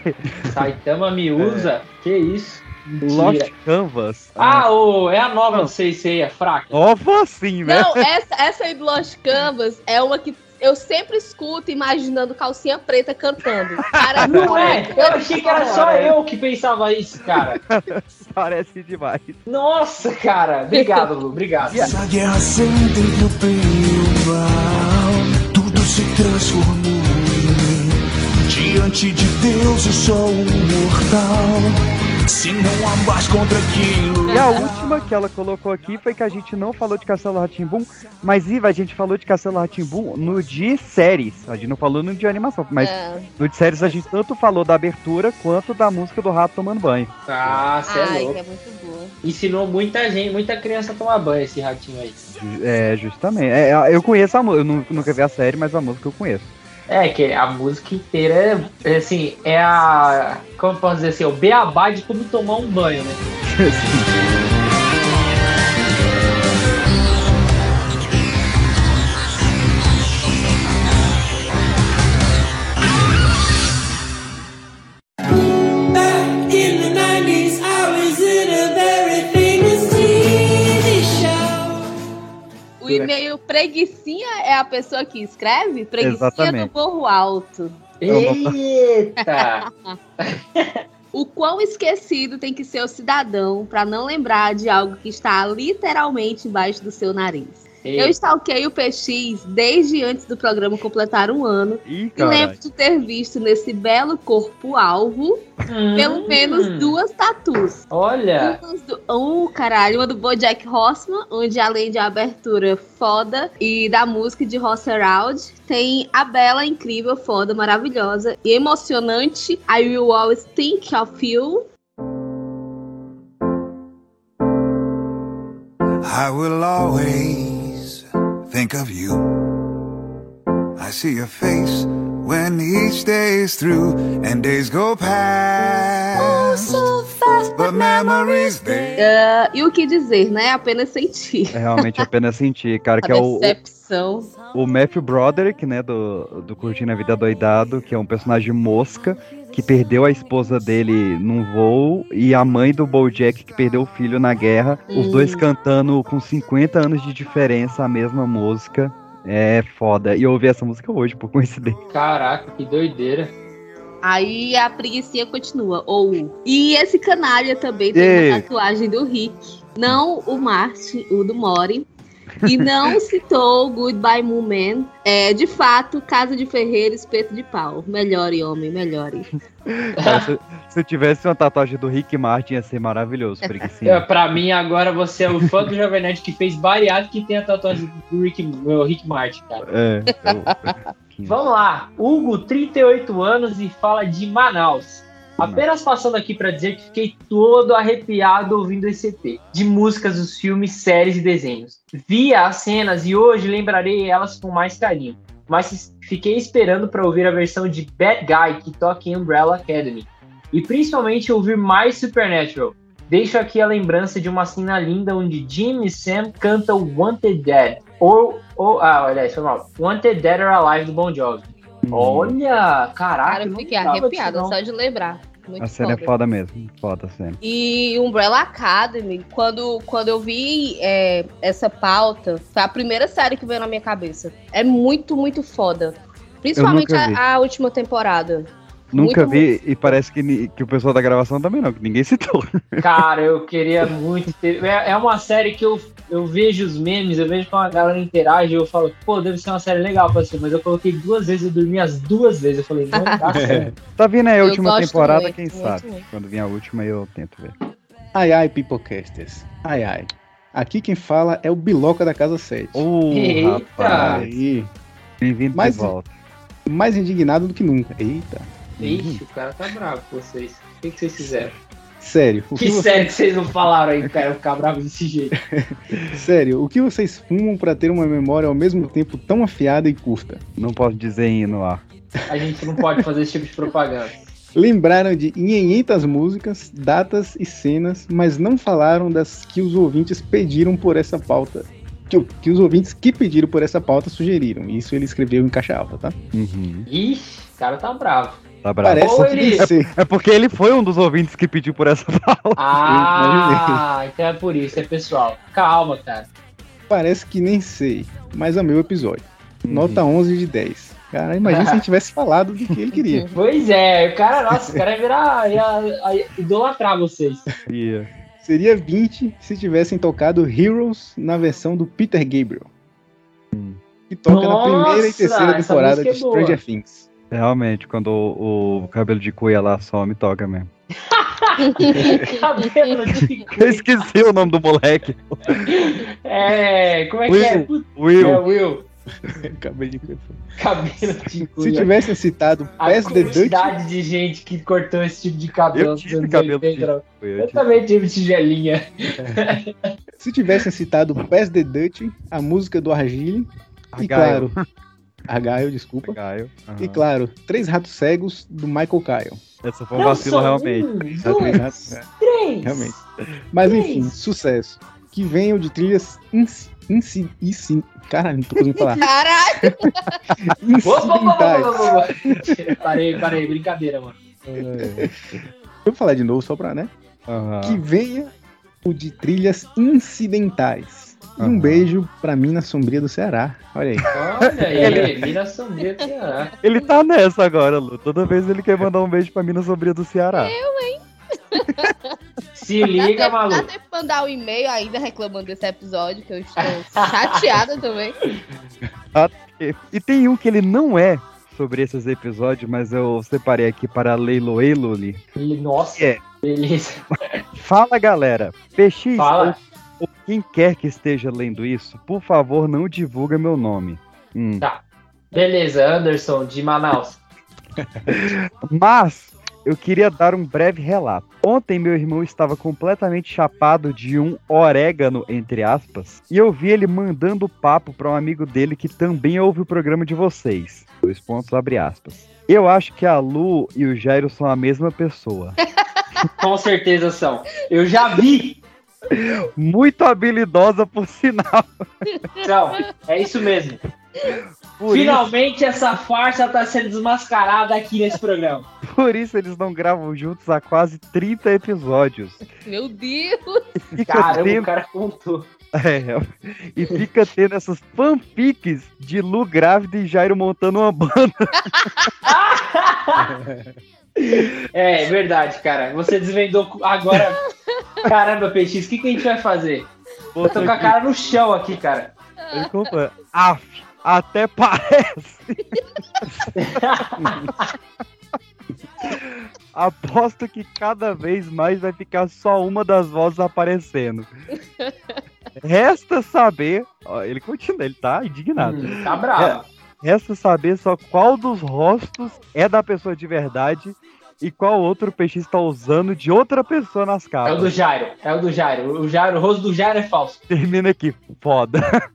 Saitama Miúza? Que isso? Mentira.
É. Lost Canvas.
Ah, ô, é a nova, não sei se é fraca.
Nova sim, né?
Não, é essa, essa aí do Lost Canvas é uma que eu sempre escuto imaginando calcinha preta cantando. Cara,
Não é? Eu achei que era só eu que pensava isso, cara.
Parece demais.
Nossa, cara. Obrigado, Lu. Obrigado.
Essa guerra sem tempo pelo mal, tudo se transformou em mim. Dia
Diante de Deus eu sou um mortal. Se não há mais contra aquilo.
E a última que ela colocou aqui foi que a gente não falou de Castelo Ratimbum, mas Iva, a gente falou de Castelo Ratimbum no de séries. A gente não falou no de animação, mas
É.
no de séries a gente tanto falou da abertura quanto da música do rato tomando banho.
Ah, cê é
Ai,
louco.
que é muito boa.
Ensinou muita gente, muita criança a tomar banho esse ratinho aí.
Ju- É, justamente. É, eu conheço a música, eu nu- nunca vi a série, mas a música eu conheço.
É, que a música inteira é, assim, é a. Como eu posso dizer assim? O beabá de como tomar um banho, né?
Back in the 90s, I was in a very famous TV show.
O e-mail preguicinha é a pessoa que escreve? Preguicinha
Exatamente.
do Morro Alto.
Eita!
O quão esquecido tem que ser o cidadão para não lembrar de algo que está literalmente embaixo do seu nariz? Eu stalkei o PX desde antes do programa completar um ano
Ih,
e lembro
caralho.
de ter visto nesse belo corpo alvo pelo menos duas tatuas.
Olha!
Umas do- Oh, caralho, uma do Bojack Horseman, onde além de abertura foda e da música de Ross Herald, tem a bela, incrível, foda, maravilhosa e emocionante I Will Always Think of You.
I will always think of you. I see your face when each day is through and days go past. but memories they
Ah, e o que dizer, né? Apenas sentir.
É realmente apenas sentir, cara, que
a
é o,
decepção.
o Matthew Broderick, né, do, do Curtindo a Vida Doidado, que é um personagem mosca, que perdeu a esposa dele num voo, e a mãe do Bojack, que perdeu o filho na guerra, os
Hum.
dois cantando com 50 anos de diferença a mesma música. É foda. E eu ouvi essa música hoje, por coincidência.
Caraca, que doideira.
Aí a preguicinha continua. Ou. E esse canalha também tem
Ei.
uma tatuagem do Rick. Não o Martin, o do Mori. E não citou Goodbye Moon Man. É, de fato, Casa de Ferreiro, Espeto de Pau. Melhore, homem, melhore.
Cara, se, se eu tivesse uma tatuagem do Rick Martin, ia ser maravilhoso,
É,
preguiçinha.
pra mim, agora você é o fã do Jovem Nerd que fez bariátrica e tem a tatuagem do Rick, meu, Rick Martin, cara.
É.
Vamos lá. Hugo, 38 anos e fala de Manaus. Apenas passando aqui pra dizer que fiquei todo arrepiado ouvindo esse EP. De músicas, dos filmes, séries e desenhos. Via as cenas e hoje lembrarei elas com mais carinho. Mas fiquei esperando pra ouvir a versão de Bad Guy que toca em Umbrella Academy. E principalmente ouvir mais Supernatural. Deixo aqui a lembrança de uma cena linda onde Jim e Sam cantam Wanted Dead. Ou, ou ah, olha, isso foi mal. Wanted Dead or Alive do Bon Jovi. Olha, caraca.
Cara, eu
não
fiquei
lembrava disso,
arrepiada
não.
só de lembrar. Muito
A cena é
foda.
foda mesmo. Foda a cena.
E Umbrella Academy, quando, quando eu vi é, essa pauta, foi a primeira série que veio na minha cabeça. É muito, muito foda. Principalmente
nunca vi.
a, a última temporada.
Nunca
Muito
vi, e parece que, ni- que o pessoal da gravação também não, que ninguém citou.
Cara, eu queria muito ter. É, é uma série que eu, eu vejo os memes, eu vejo como a galera interage, eu falo, pô, deve ser uma série legal pra ser, mas eu coloquei duas vezes, eu dormi as duas vezes. Eu falei, não dá certo.
Tá vindo aí a
Eu
última
gosto
temporada,
muito,
quem
muito,
sabe?
muito.
Quando vir a última eu tento ver.
Ai ai, Pipocasters. Ai ai. Aqui quem fala é o Biloca da Casa 7.
Eita! rapaz. Bem-vindo
mais,
de volta.
Mais indignado do que nunca. Eita.
Ixi, o cara tá bravo com vocês. O que, que vocês fizeram?
Sério. o
Que
você-
série que vocês não falaram aí, cara? Eu ficar bravo desse jeito.
Sério, o que vocês fumam pra ter uma memória ao mesmo tempo tão afiada e curta?
Não posso dizer em no ar.
A gente não pode fazer esse tipo de propaganda.
Lembraram de 500 músicas, datas e cenas, mas não falaram das que os ouvintes pediram por essa pauta. Que, o- que os ouvintes que pediram por essa pauta sugeriram. Isso ele escreveu em caixa alta, tá?
Ixi, o cara tá bravo.
Uhum. Tá bravo.
Parece
Ou ele-
É, é porque ele foi um dos ouvintes que pediu por essa fala.
Ah, então é por isso, é pessoal. Calma, cara.
Parece que nem sei, mas é o meu episódio. Nota
Uhum.
11 de 10. Cara, imagina se a gente tivesse falado do que ele queria.
Pois é, o cara, nossa, o cara ia virar. ia- ia idolatrar vocês.
Seria 20 se tivessem tocado Heroes na versão do Peter
Hum.
Gabriel. Que toca na primeira e
Nossa,
terceira
essa
temporada
música é
de
boa.
Stranger Things.
Realmente, quando o, o cabelo de cuia lá só me toca mesmo.
Cabelo de
Eu esqueci o nome do moleque.
É, como é que é?
Will.
Putz,
Will.
É, Will.
Acabei de ver.
Cabelo de
Se
cuia.
tivesse citado
A
Pass the Dutch,
quantidade de gente que cortou esse tipo de cabelo.
Eu tive
nos anos
cabelo de
80.
cuia, eu
Eu
tive.
também tive tigelinha.
se tivessem citado Pass the Dutch, a música do Argile,
Argyle.
e claro. Argyle, desculpa. E
aham.
claro, Três Ratos Cegos do Michael Kyle.
Essa foi um Não, vacilo, só realmente. um,
Três
dois,
Ratos Cegos. É. Realmente. Mas enfim, sucesso. Que venham de trilhas inci... inci... inci... Caralho, não tô conseguindo falar.
Caralho!
Incidentais.
parei, parei, brincadeira, mano.
É. Vou falar de novo só pra, né? Que venha o de trilhas incidentais. E Um beijo pra mim na sombria do Ceará. Olha aí.
Olha
É.
aí, vira sombria, será?
Ele tá nessa agora, Lu. Toda vez ele quer mandar um beijo pra mina sombria do Ceará.
É.
Eu, hein?
Se
dá tempo, Dá tempo pra mandar um e-mail ainda reclamando desse episódio, que eu estou chateada também.
Ah, e- E tem um que ele não é sobre esses episódios, mas eu separei aqui para Leiloelo ali.
Nossa,
é.
beleza.
Fala galera, PX
Fala.
Ou, ou quem quer que esteja lendo isso, por favor não divulga meu nome. Hum.
Tá. Beleza, Anderson, de Manaus.
Mas eu queria dar um breve relato. Ontem meu irmão estava completamente chapado de um orégano, entre aspas, e eu vi ele mandando papo para um amigo dele que também ouve o programa de vocês. Dois pontos, abre aspas. Eu acho que a Lu e o Jairo são a mesma pessoa.
Com certeza são. Eu já vi.
Muito habilidosa, por sinal.
Então, é isso mesmo.
Por
Finalmente essa farsa tá sendo desmascarada aqui nesse programa.
Por isso eles não gravam juntos há quase 30 episódios.
Meu Deus!
Caramba, o cara contou.
É, e fica tendo essas fanfics de Lu grávida e Jairo montando uma banda.
É, é verdade, cara. Você desvendou cu- agora. Caramba, PX, o que, que a gente vai fazer? Eu tô com a cara no chão aqui, cara.
Desculpa. Af, até parece. Aposto que cada vez mais vai ficar só uma das vozes aparecendo. Resta saber. Ó, ele continua, ele tá indignado.
tá bravo.
É, resta saber só qual dos rostos é da pessoa de verdade e qual outro peixe está usando de outra pessoa nas
É o
capas.
do Jairo, é o do Jairo. O Jairo, o rosto do Jairo é falso.
Termina aqui, foda.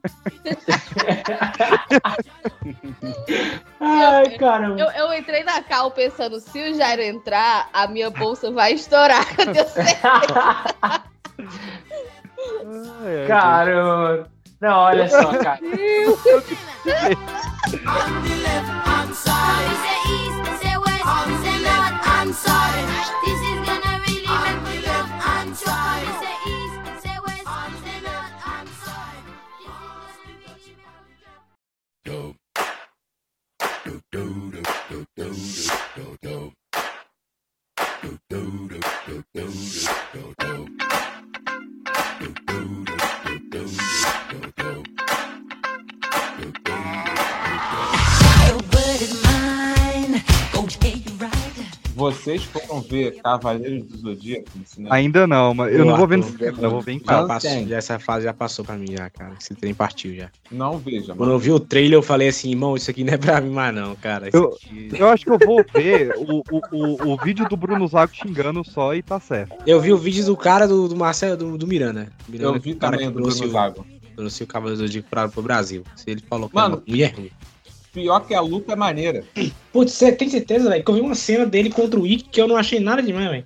Ai, caramba.
Eu, eu entrei na cal pensando, se o Jairo entrar, a minha bolsa vai estourar. Eu tenho certeza.
Caramba. Não, olha só, cara.
I'm sorry. Say east, say west, say north. I'm sorry. This is gonna really make me laugh. I'm sorry. Say east, say west, say north. I'm sorry.
Vocês foram ver Cavaleiros do Zodíaco no cinema?
Ainda não, mas eu não vou ver no cinema, eu vou ver em
casa.
Já passou,
Tem.
já essa fase já passou pra mim, já, cara. Esse trem partiu já. Tá
Não veja,
Quando eu vi o trailer, eu falei assim, irmão, isso aqui não é pra mim mais, não, cara. Isso
Eu,
aqui-
eu acho que eu vou ver o, o, o, o vídeo do Bruno Zago xingando só e tá certo.
Eu vi o vídeo do cara do, do Marcelo, do, do Miranda. Miranda
Eu vi
o cara
também
que
o do Bruno Zago.
Trouxe o Cavaleiro do Zodíaco pra, pro Brasil. Se ele falou que
Mano.
era ruim, é ruim.
Pior que a luta é maneira.
Putz, você tem certeza, velho, que eu vi uma cena dele contra o Ikki que eu não achei nada demais, velho.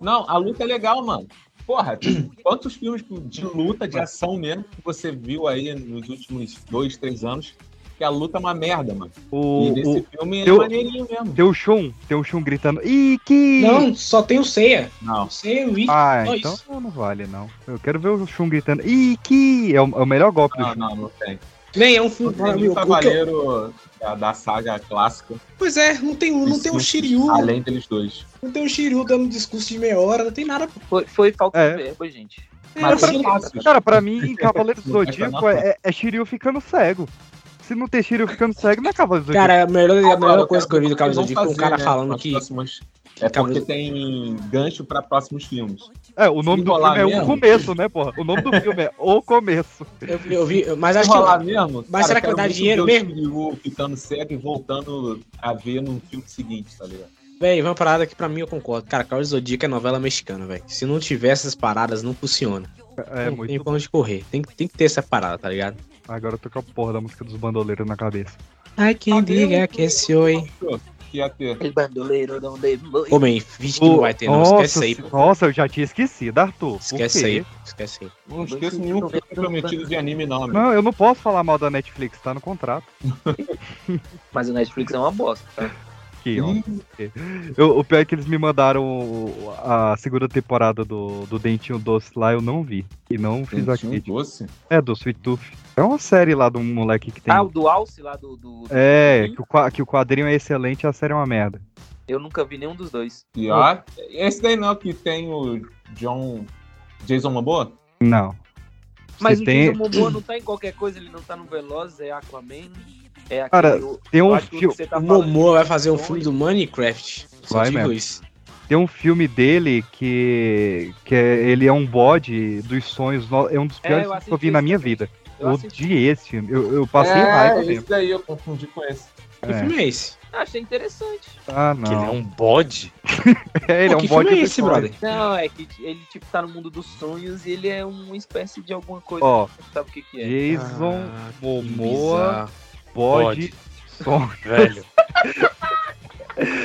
Não, a luta é legal, mano. Porra, quantos filmes de luta, de ação mesmo, que você viu aí nos últimos dois, três anos, que a luta é uma merda, mano.
O,
e nesse
o-
filme
tem
é
o-
maneirinho mesmo.
Tem o Shun, tem o Shun gritando. Ih, que.
Não, só tem o Seiya.
Não.
O Seiya e o Ikki,
Ah,
só
então
isso.
não vale, não. Eu quero ver o Shun gritando. Ih, que. É o, é o melhor golpe do
Não,
Shun.
não, não tem.
Nem é um filme
Não tem nenhum cavaleiro da, da saga clássica.
Pois é, não tem, o- não tem o Shiryu,
Além deles dois.
não tem o Shiryu dando discurso de meia hora, não tem nada.
Foi, foi falta
É.
de verbo, gente.
é, Mas pra mim- cara, pra mim, Cavaleiros do Zodíaco é, é Shiryu ficando cego. Se se não ter Shiryu ficando cego, não é Cavaleiro do Zodíaco.
Cara, a melhor,
Ah,
a melhor
Agora,
coisa que eu vi do Cabo
eles vão
Zodíaco foi um
fazer,
cara
né,
falando
as
que.
É porque tem gancho pra próximos filmes.
É, o nome do
Enrolar
filme é o
mesmo?
começo, né, porra? O nome do filme é O Começo.
Eu, vi, mas acho
Rolar
que-
mesmo?
mas será que
quero
vai dar
muito
dinheiro
ver o
mesmo?
Shiryu ficando cego e voltando a ver no filme seguinte, tá ligado?
Véi, uma parada que pra mim eu concordo. Cara, Cabo Zodíaco é novela mexicana, velho. Se não tiver essas paradas, não funciona.
É,
não
muito
tem pra onde correr. Tem, que- tem que ter essa parada, tá ligado?
Agora eu tô com a porra da música dos bandoleiros na cabeça.
Ai, quem diga que esse oi.
Que ia ter.
El bandoleiro
um
não Ô, man, finge que não vai ter, não.
Nossa,
Esquece aí, pô.
Nossa, eu já tinha esquecido, Arthur. Por
Esquece
quê?
aí, esquece aí.
Não esqueço nenhum filme prometido de anime, não, amigo.
Não, eu não posso falar mal da Netflix, tá no contrato.
Mas o Netflix é uma bosta, tá?
Aqui, ó. Eu- o pior é que eles me mandaram o- a segunda temporada do, do Dentinho Doce lá, eu não vi. E não fiz a
Dentinho
crítica.
Doce?
É, do Sweet Tooth. É uma série lá de um moleque que tem.
Ah, o do Alce lá do. do-
É, que o, qua- que o quadrinho é excelente e a série é uma merda.
Eu nunca vi nenhum dos dois.
E ó, esse daí não, que tem o John. Jason Momoa?
Não.
Mas
Você
o
tem-
Jason Momoa não tá em qualquer coisa, ele não tá no Velozes, é Aquaman. É aquele,
Cara,
eu-
tem
eu
um
acho que o que
filme-
você tá
O
falando-
Momoa vai fazer um filme do Minecraft. Só
Vai
digo
mesmo.
isso.
Tem um filme dele que, que é- ele é um bode dos sonhos, no- é um dos
É,
piores
eu
filmes que eu
assisti
vi na
esse
minha vida.
Eu
Eu
assisti.
odiei esse filme, eu, eu passei
é,
raiva
Esse
mesmo.
daí eu confundi com esse.
Que É. filme
é esse?
Achei interessante.
Ah, não.
Que ele é um bode?
é, ele é um
Pô, que
bode
filme é
dos
esse,
sonhos.
brother?
Não, é que ele tipo tá no mundo dos sonhos e ele é uma espécie de alguma coisa.
Ó,
que não sabe o que, que é.
Jason
Ah,
Momoa,
bizarro.
bode,
Bode.
sonho.
Velho.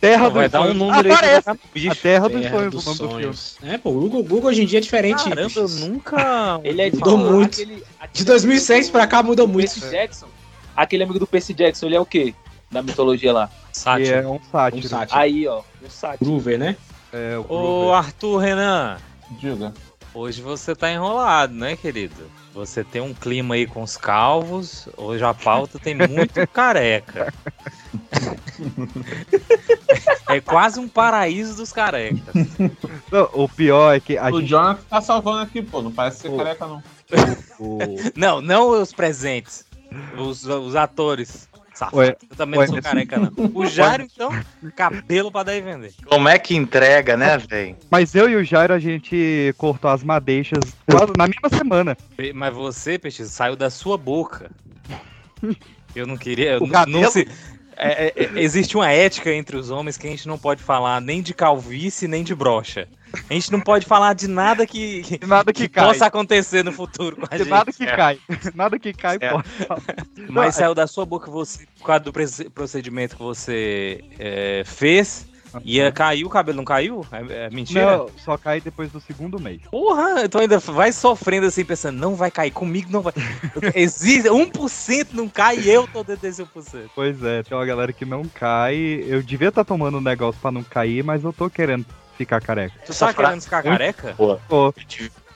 Terra
Vai
dos
dar um
Sonhos.
número aí pra
Aparece.
botar pro bicho.
A Terra dos
Terra
Sonhos,
dos
o nome
Sonhos. É, pô, o Google, Google hoje em dia é diferente.
Caramba,
eu nunca.
Ele é de
Mudou muito.
Aquele,
De 2006 pra cá mudou muito.
Percy Jackson. Aquele amigo do Percy Jackson, ele é o quê? Da mitologia lá.
Sátiro. É um sátiro.
Aí, ó, um sátiro.
Groover, né?
É, o
Ô, Arthur Renan.
Diga.
Hoje você tá enrolado, né, querido? Você tem um clima aí com os calvos. Hoje a pauta tem muito careca. é quase um paraíso dos carecas.
Não, o pior é que a
o
gente.
Jonathan tá salvando aqui, pô. Não parece ser careca, não.
Não, não os presentes. Os, os atores. Safado.
Ué,
eu também
ué.
não sou careca, não. O Jário, então, cabelo pra dar e vender.
Como é que entrega, né, velho?
Mas eu e o Jairo, a gente cortou as madeixas quase na mesma semana.
Pe- Mas você, peixe, saiu da sua boca. Eu não queria.
O
n-
cabelo?
não se- É, é, é, existe uma ética entre os homens que a gente não pode falar nem de calvície nem de brocha. A gente não pode falar de nada que, que,
nada
que,
cai.
possa acontecer no futuro com a
De
gente. É.
nada que cai. Nada que cai, pô.
Mas saiu da sua boca você, por causa do prece- procedimento que você é, fez. E é, caiu o cabelo, não caiu? É, é mentira?
Não, só cai depois do segundo mês.
Porra, então ainda vai sofrendo assim, pensando, não vai cair, comigo não vai. Existe, 1% não cai e eu tô dentro desse 1%.
Pois é, tem uma galera que não cai. Eu devia estar tomando um negócio pra não cair, mas eu tô querendo ficar careca.
Tu tá querendo ficar careca?
Pô.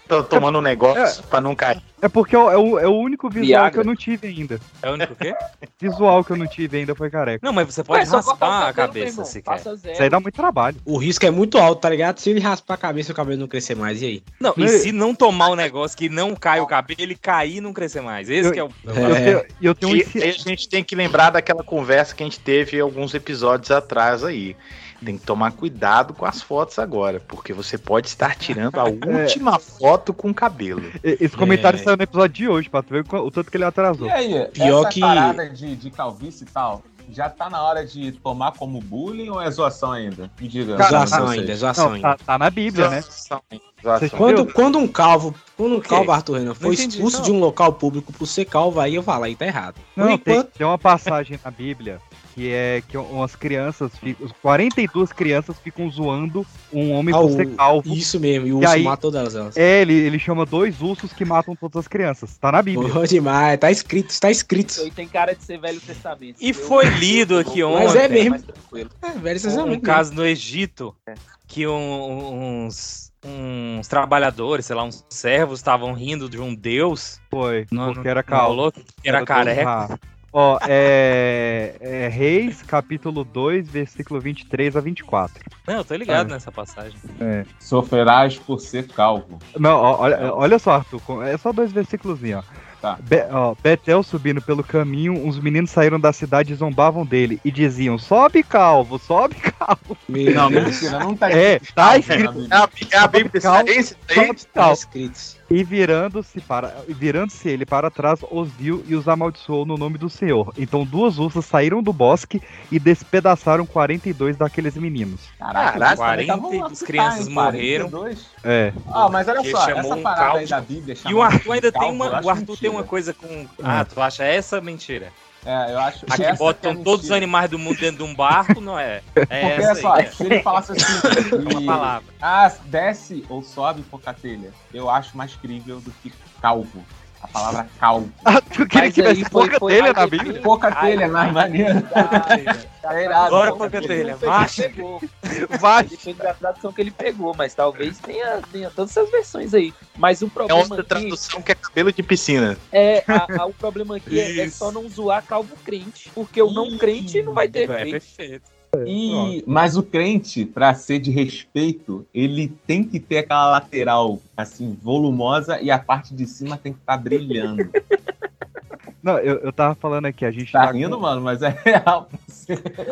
Tô tomando um negócio pra não cair.
É porque é o, é o- é o único visual
Viagra.
que eu não tive ainda.
É o único quê?
Visual que eu não tive ainda foi careca.
Não, mas você
pode
Ué, só raspar cortar o
a cabelo, cabeça, assim. irmão. se quer. Passa zero.
Isso aí dá muito trabalho.
O risco é muito alto, tá ligado? Se ele raspar a cabeça e o cabelo não crescer mais, e aí?
Não, e se não tomar o negócio que não cai o cabelo, ele cair e não crescer mais. Esse que é o.
eu tenho um
e, aí a gente tem que lembrar daquela conversa que a gente teve alguns episódios atrás aí. Tem que tomar cuidado com as fotos agora, porque você pode estar tirando a última foto com cabelo.
E- Esse
É.
comentário saiu no episódio de hoje, pra tu ver o tanto que ele atrasou.
E aí, essa parada de, de calvície e tal, já tá na hora de tomar como bullying ou é zoação ainda? Me diga.
Cara,
pra
zoação
vocês.
ainda, zoação Não, ainda.
tá- tá na Bíblia, né?
Zoação.
Quando, quando um calvo, quando um calvo, Arthur Renan, foi
entendi,
expulso
não.
de um local público por ser calvo, aí eu falo, aí tá errado. Por
Não, tem,
enquanto,
tem uma passagem na Bíblia que é que umas crianças ficam. 42 crianças ficam zoando um homem
Ah,
por
o-
ser calvo.
Isso mesmo, e o
E
urso
aí-
mata todas elas.
É, ele, ele chama dois ursos que matam todas as crianças. Tá na Bíblia.
Boa demais, tá escrito, está escrito.
Ele tem cara de ser velho testamento.
E foi lido aqui ontem.
Mas é mesmo.
tranquilo.
É, velho, vocês
um
amam.
caso no Egito que um- uns, uns trabalhadores, sei lá, uns servos estavam rindo de um deus.
Foi,
porque
era calvo.
era
todo
é
careca.
errado. Ó, é, é Reis, capítulo 2, versículo 23 a 24.
Não, eu tô ligado
Ah.
nessa passagem.
É.
Sofrerás por ser calvo.
é Não, ó, olha, olha só, Arthur, com- é só dois versículos, ó.
Tá.
Be ó, Betel subindo pelo caminho, uns meninos saíram da cidade e zombavam dele e diziam: sobe calvo, sobe calvo.
Meu Não, Deus. mentira, não tá
É,
escrito
tá
calvo,
escrito.
né, na Bíblia? É a- é a Bíblia
Sobe
de ciência,
calvo,
é isso?
sobe calvo.
Tá
E virando-se para, e virando-se ele para trás, os viu e os amaldiçoou no nome do Senhor. Então duas ursas saíram do bosque e despedaçaram 42 daqueles meninos.
Caraca,
40
as
crianças morreram.
É.
Ah, mas olha
Porque
só,
chamou
essa
um
parada aí
caos.
da Bíblia
E o
chamada
Arthur ainda
de calvo,
tem uma.
eu acho
O Arthur
mentira.
tem uma coisa
É.
com. Ah, tu acha essa mentira?
É, eu acho
Aqui
essa
botam
que é
todos os
mentira.
animais do mundo dentro de um barco, não é? É
Porque
essa
olha só,
aí, né?
se ele falasse assim,
Uma palavra.
ah, desce ou sobe pocatelha, eu acho mais crível do que calvo. A palavra calvo.
Ah, tu
queria que tivesse pocatelha na Bíblia? Pocatelha
Ai,
na maneira.
Tá
irado,
Agora
pô,
conta
Pocatelha,
dele,
vai.
Vai. Depende da tradução que ele pegou, mas talvez tenha, tenha todas essas versões aí. Mas o
É
problema
outra tradução que é cabelo de piscina.
É, a- a- o problema aqui é, é
Isso.
só não zoar calvo crente, porque o não crente não vai ter
vai,
crente.
E- mas o crente, pra ser de respeito, ele tem que ter aquela lateral, assim, volumosa e a parte de cima tem que estar brilhando.
Não, eu, eu tava falando aqui, a gente
Tá
tá com-
rindo, mano, mas é real.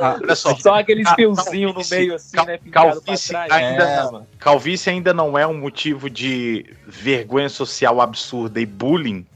Ah,
Olha Ah, só. Ca- calvície-
assim, né,
cal- calvície, ainda, tá-
É, mano.
calvície ainda não é um motivo de vergonha social absurda e bullying,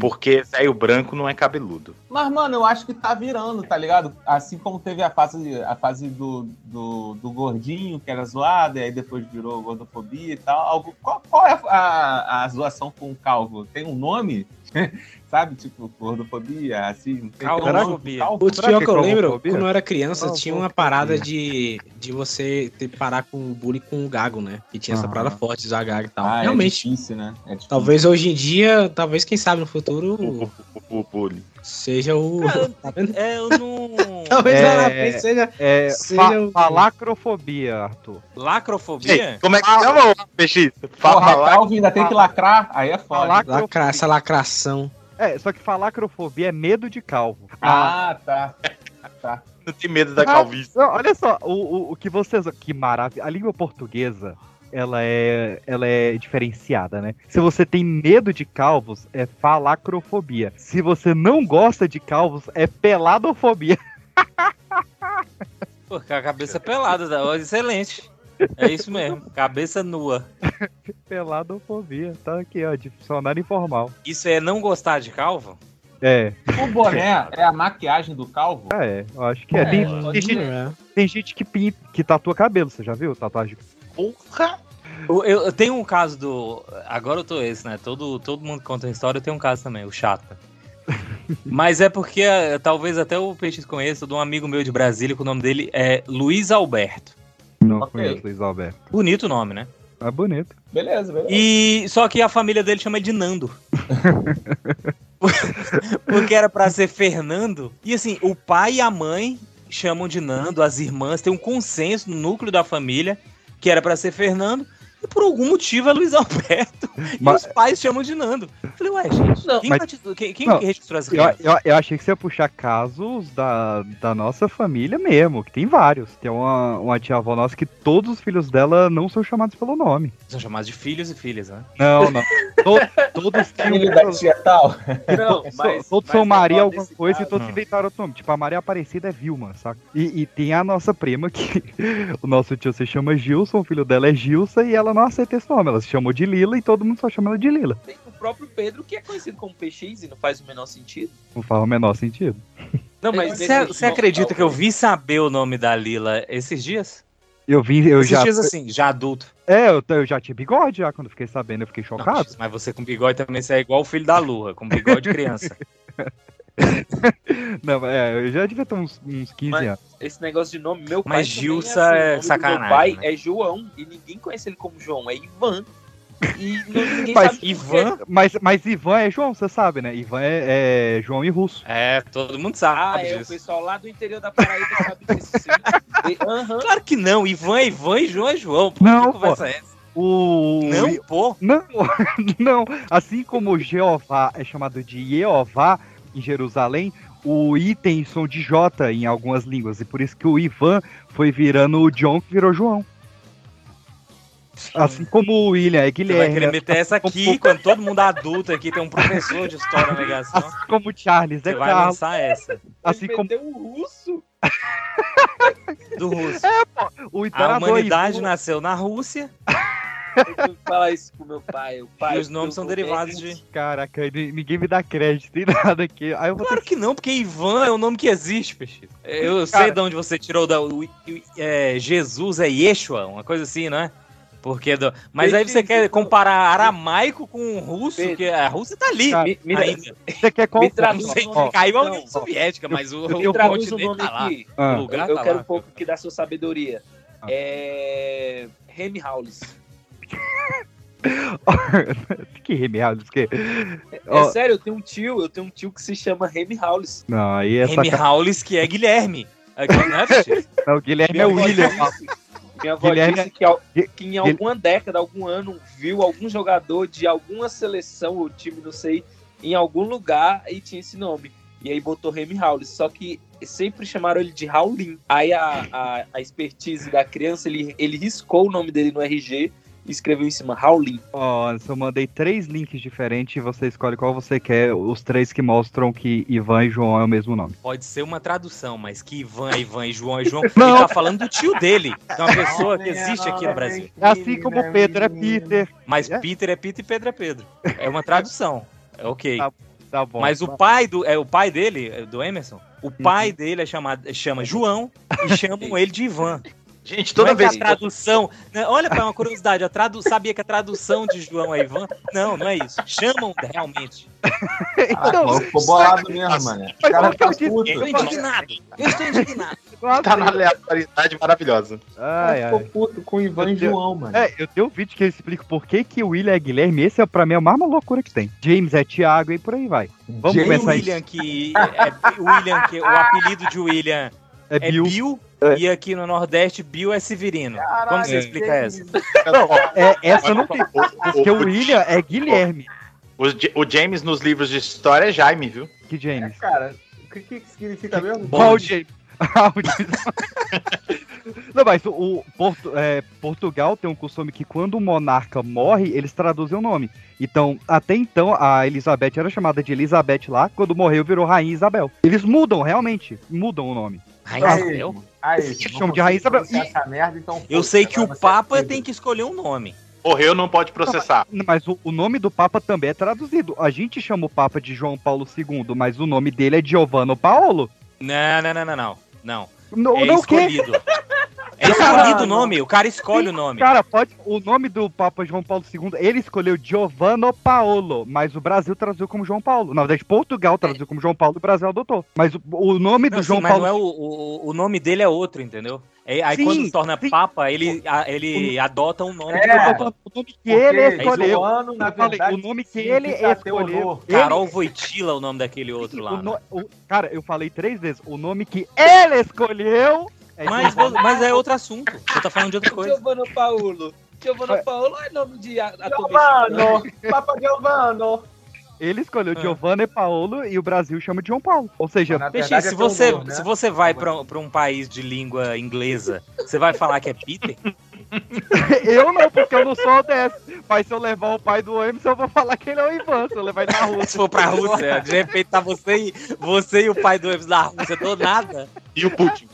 porque velho branco não é cabeludo.
Mas, mano, eu acho que tá virando, tá ligado? Assim como teve a fase, a fase do, do, do gordinho, que era zoado, e aí depois virou gordofobia e tal. Algo- qual, qual é a, a- a zoação com o calvo? Tem um nome? Sabe? Tipo, gordofobia, racismo. tem- tem um nome? Calvo?
Putz,
Será
pior
que
que eu
é
lembro,
calvofobia?
quando eu era criança, tinha uma parada
Calvofobia.
de, de você ter que parar com o bullying com o gago, né? Que tinha essa
Aham.
parada forte de usar gago e tal.
Ah,
Realmente.
É difícil, né? É difícil.
Talvez hoje em dia, talvez quem sabe no futuro.
O bullying.
Seja o. Tá vendo?
É, eu não.
Talvez lá na frente
É,
seja.
é,
seja
fa-
o-
falacrofobia, Arthur.
Lacrofobia?
Como é que chama, ô, PX?
Porra,
Fala
calvo ainda tem que
lacrar, aí é
foda.
Lacra, essa lacração.
É, só que falacrofobia é medo de calvo.
Ah, tá. tá.
Não tem medo da
Ah,
calvície.
não, olha só, o, o, o que vocês. Que maravilha. A língua portuguesa, ela é, ela é diferenciada, né? Se você tem medo de calvos, é falacrofobia. Se você não gosta de calvos, é peladofobia.
Pô, com a cabeça pelada, tá? excelente. É isso mesmo, cabeça nua.
Peladofobia, tá aqui, ó, dicionário informal.
Isso é não gostar de calvo?
É.
O boné é a maquiagem do calvo?
Ah, é, eu acho que é. Tem,
É,
tem gente,
é.
tem gente que, pinta, que tatua cabelo, você já viu? Tatuagem.
Porra!
Eu, eu- eu tenho um caso do. Agora eu tô esse, né? Todo, todo mundo que conta a história, eu tenho um caso também, o Chata. Mas é porque eh, talvez até o Peixe conheça de um amigo meu de Brasília, que o nome dele é Luiz Alberto.
Não conheço, Luiz Alberto.
Bonito o nome, né?
É bonito.
Beleza, beleza.
E só que a família dele chama ele de Nando. Porque era pra ser Fernando. E assim, o pai e a mãe chamam de Nando, as irmãs tem um consenso no núcleo da família que era pra ser Fernando. E por algum motivo é Luiz Alberto.
Mas-
E os pais chamam de Nando. Eu falei, ué, gente, quem,
Mas-
batizou- quem- quem
Não,
registrou as
eu,
crianças?
eu, eu achei que você ia puxar casos da, da nossa família mesmo, que tem vários. Tem uma, uma tia-avó nossa que todos os filhos dela não são chamados pelo nome.
São chamados de filhos e filhas, né?
Não, não. To- todos
Filho da tia tal.
Não,
Não,
mas,
mas-
todos
é
mas
são
eu
Maria
falo
alguma
desse
coisa e
caso.
todos
Hum.
inventaram outro nome. Tipo, a Maria Aparecida é Vilma, saca? E, e tem a nossa prima que o nosso tio se chama Gilson, o filho dela é Gilsa e ela não aceita esse nome. Ela se chamou de Lila e todo mundo só chama ela de Lila.
O próprio Pedro, que é conhecido como PX e não faz o menor sentido.
Não faz o menor sentido.
Não,
mas
mas você
desse-
você acredita que eu vi saber o nome da Lila esses dias?
Eu vi, eu
esses
já.
dias assim, já adulto.
É, eu, eu já tinha bigode já quando eu fiquei sabendo, eu fiquei chocado.
X, Mas você com bigode também você é igual o filho da lua, com bigode de criança.
Não, é, eu já devia ter uns, uns 15 anos.
Esse negócio de nome, meu
Mas
pai.
Gilsa
também
é
assim, o nome do
sacanagem,
Meu pai
né?
é João e ninguém conhece ele como João, é Ivan. E não- ninguém
Mas
sabe é. por
Ivan,
quê.
mas, mas Ivan é João, você sabe, né? Ivan é, é João e Russo.
É, todo mundo sabe
Ah, é, o
disso.
pessoal lá do interior da Paraíba sabe disso sim. E- aham.
Claro que não, Ivan é Ivan e João é João. pô.
Não,
que
pô.
conversa é essa?
O...
Não, pô.
Não, não. Assim como Jeová é chamado de Jeová em Jerusalém, o I tem som de J em algumas línguas. E por isso que o Ivan foi virando o John, que virou João. Assim como o William, é
Você vai
Guilherme.
querer meter essa aqui, quando todo mundo adulto aqui tem um professor de história na ligação.
Assim como o Charles, é
Você vai
Carlos.
lançar essa.
Assim como
um
o russo. Do russo.
É, pô. O
a
Itarador
humanidade
e-
nasceu na Rússia.
Eu falar isso com meu pai. O pai
E os nomes são derivados de.
Caraca, ni- ninguém me dá crédito e nada aqui. Aí eu vou
Claro que não, porque Ivan é o nome que existe, Peixe. Eu sei
Cara.
de onde você tirou da. o- o- é, Jesus é Yeshua, uma coisa assim, não é? Porque do- Mas aí você quer
então.
comparar aramaico com um russo, que a Rússia tá ali.
Cara,
me,
me- me-
Você
quer
qual?
qual-
Me traduz,
Não,
sei,
ó,
caiu a
não,
União Soviética, mas o,
Eu
o
traduz o
continente
nome
tá lá.
aqui.
Ah.
O
Eu,
lugar
eu
tá
quero
lá. Ah.
um pouco que dá sua sabedoria. É. Remy Howlis.
que remeado, isso
É,
que.
é
Ó,
sério, eu tenho um tio, eu tenho um tio que se chama Remy Howlis.
Não, aí é
Remy
saca-
Howlis, que é Guilherme. Aqui, né, Peixe?
Não, o Guilherme é o
Minha avó
William.
disse- Minha avó
Guilherme- é-
disse que, al- que em
Guil-
alguma década, algum ano, viu algum jogador de alguma seleção ou time, não sei, em algum lugar e tinha esse nome. E aí botou Remy Howlis. Só que sempre chamaram ele de Raulin. Aí a, a, a expertise da criança, ele, ele riscou o nome dele no RG e escreveu em cima Raulin.
Ó, eu mandei três links diferentes e você escolhe qual você quer, os três que mostram que Ivan e João é o mesmo nome.
Pode ser uma tradução, mas que Ivan, é Ivan e João é João.
Não.
Ele tá falando do tio dele, de uma pessoa que existe aqui no Brasil.
Assim como o Pedro é Peter.
Mas Peter é Peter e Pedro é Pedro. É uma tradução. É ok.
Tá, Uhum. bom.
Mas o pai do é o pai dele, é do Emerson, o pai dele é chamado chama João e chamam ele de Ivan.
Gente,
Não
toda
é que
vez
a tradução, né, olha para uma curiosidade, a tradu, sabia que a tradução de João é Ivan? Não, não é isso. Chamam realmente.
Então, ficou bolado
Assim,
mesmo, mano. O cara tá puto.
Eu tô indignado. Eu estou indignado.
Tá na aleatoriedade maravilhosa.
Ai, ai.
puto com Ivan
Eu
e
tenho-
João, mano.
É, eu tenho um vídeo que eu explico por que que o William é Guilherme. Esse é pra mim a mais loucura que tem. James é Thiago e por aí vai. Vamos
James
começar aí.
William que é William que o apelido de William
é,
Bill,
É.
e aqui no Nordeste Bill é Severino. Como você
É.
explica essa?
Não, ó,
É, essa eu não tem. Porque o William é Guilherme.
O, Ja- o James nos livros de história é Jaime, viu?
Que James?
Cara, o que, que significa mesmo?
Qual o James? Ah, o James. Não, mas o Porto- é, Portugal tem um costume que quando o monarca morre, eles traduzem o nome. Então, até então, a Elizabeth era chamada de Elizabeth lá, quando morreu virou Rainha Isabel. Eles mudam, realmente, mudam o nome.
Rainha
Ah,
Isabel?
Aí,
Chama de Rainha Isabel. E-
essa merda, então.
Eu sei que o
é
Papa tem que escolher um nome.
Morreu, não pode processar.
Não, Mas o, o nome do Papa também é traduzido. A gente chama o Papa de João Paulo II, mas o nome dele é Giovanni Paolo.
Não, não, não, não, não. Não.
Não,
é
não o quê?
escolhido. É escolhido o nome, o cara escolhe o nome.
Cara, pode. O nome do Papa João Paulo II, ele escolheu Giovanni Paolo, mas o Brasil traduziu como João Paulo. Na verdade, Portugal traduziu como João Paulo e o Brasil adotou. Mas o, o nome
É. Não,
do
sim,
João
mas
Paulo.
não é o, o, o nome dele é outro, entendeu? É, aí
Sim,
quando se torna papa, ele, a- ele adota um nome de
É,
papa.
o nome que ele
Porque
escolheu.
João, na
Eu falei,
verdade,
o nome que ele
significa
escolheu. Ele-
Carol Voitila é o nome daquele outro
o
lá.
no-
né?
o- cara, eu falei três vezes. O nome que ele escolheu. É
Mas, vo- mas é outro assunto. Você tá falando de outra coisa.
Giovanna Paulo. Giovanna Paulo é nome de a- né? ator
Giovanna,
mexicano.
Papa Giovanna.
Ele escolheu
Ah.
Giovanni Paolo e o Brasil chama de João Paulo. Ou seja,
Peixe, se, você,
né?
se você vai pra, pra um país de língua inglesa, você vai falar que é Peter?
eu não, porque eu não sou desse. Mas se eu levar o pai do Emerson, eu vou falar que ele é o Ivan. Se eu levar ele na rua.
Se for pra Rússia, de repente tá você e, você e o pai do Eves na Rússia, do nada.
E o Putin.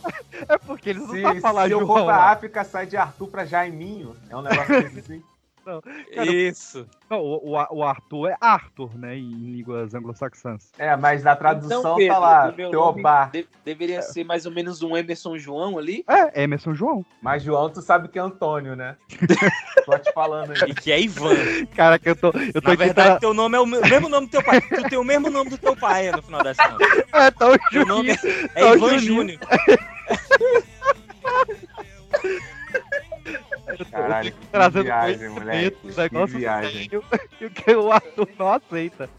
É porque eles não
Se,
sabem falar
se eu
João.
for pra África, sai de Arthur pra Jaiminho. É um negócio assim.
Não,
Isso.
Não, o, o- o Arthur é Arthur, né? Em línguas anglo-saxãs.
É, mas na tradução
Então, Pedro,
tá lá,
o meu
Teobá.
nome de- deveria ser mais ou menos um Emerson João ali.
É, Emerson João.
Mas João, tu sabe que é Antônio, né? Tô te falando aí.
E que é Ivan.
Cara, que eu tô. Eu tô
Na
aqui
verdade,
pra-
teu nome é o me- mesmo nome do teu pai. Tu tem o mesmo nome do teu pai, no final das contas.
É, tá o
Teu
Juninho.
nome é, é
tá o
Ivan
Juninho.
Júnior.
Caralho, que
Trazendo
viagem, moleque.
conhecimento, né,
Que
negócio
viagem.
sério, que o que o Arthur não aceita.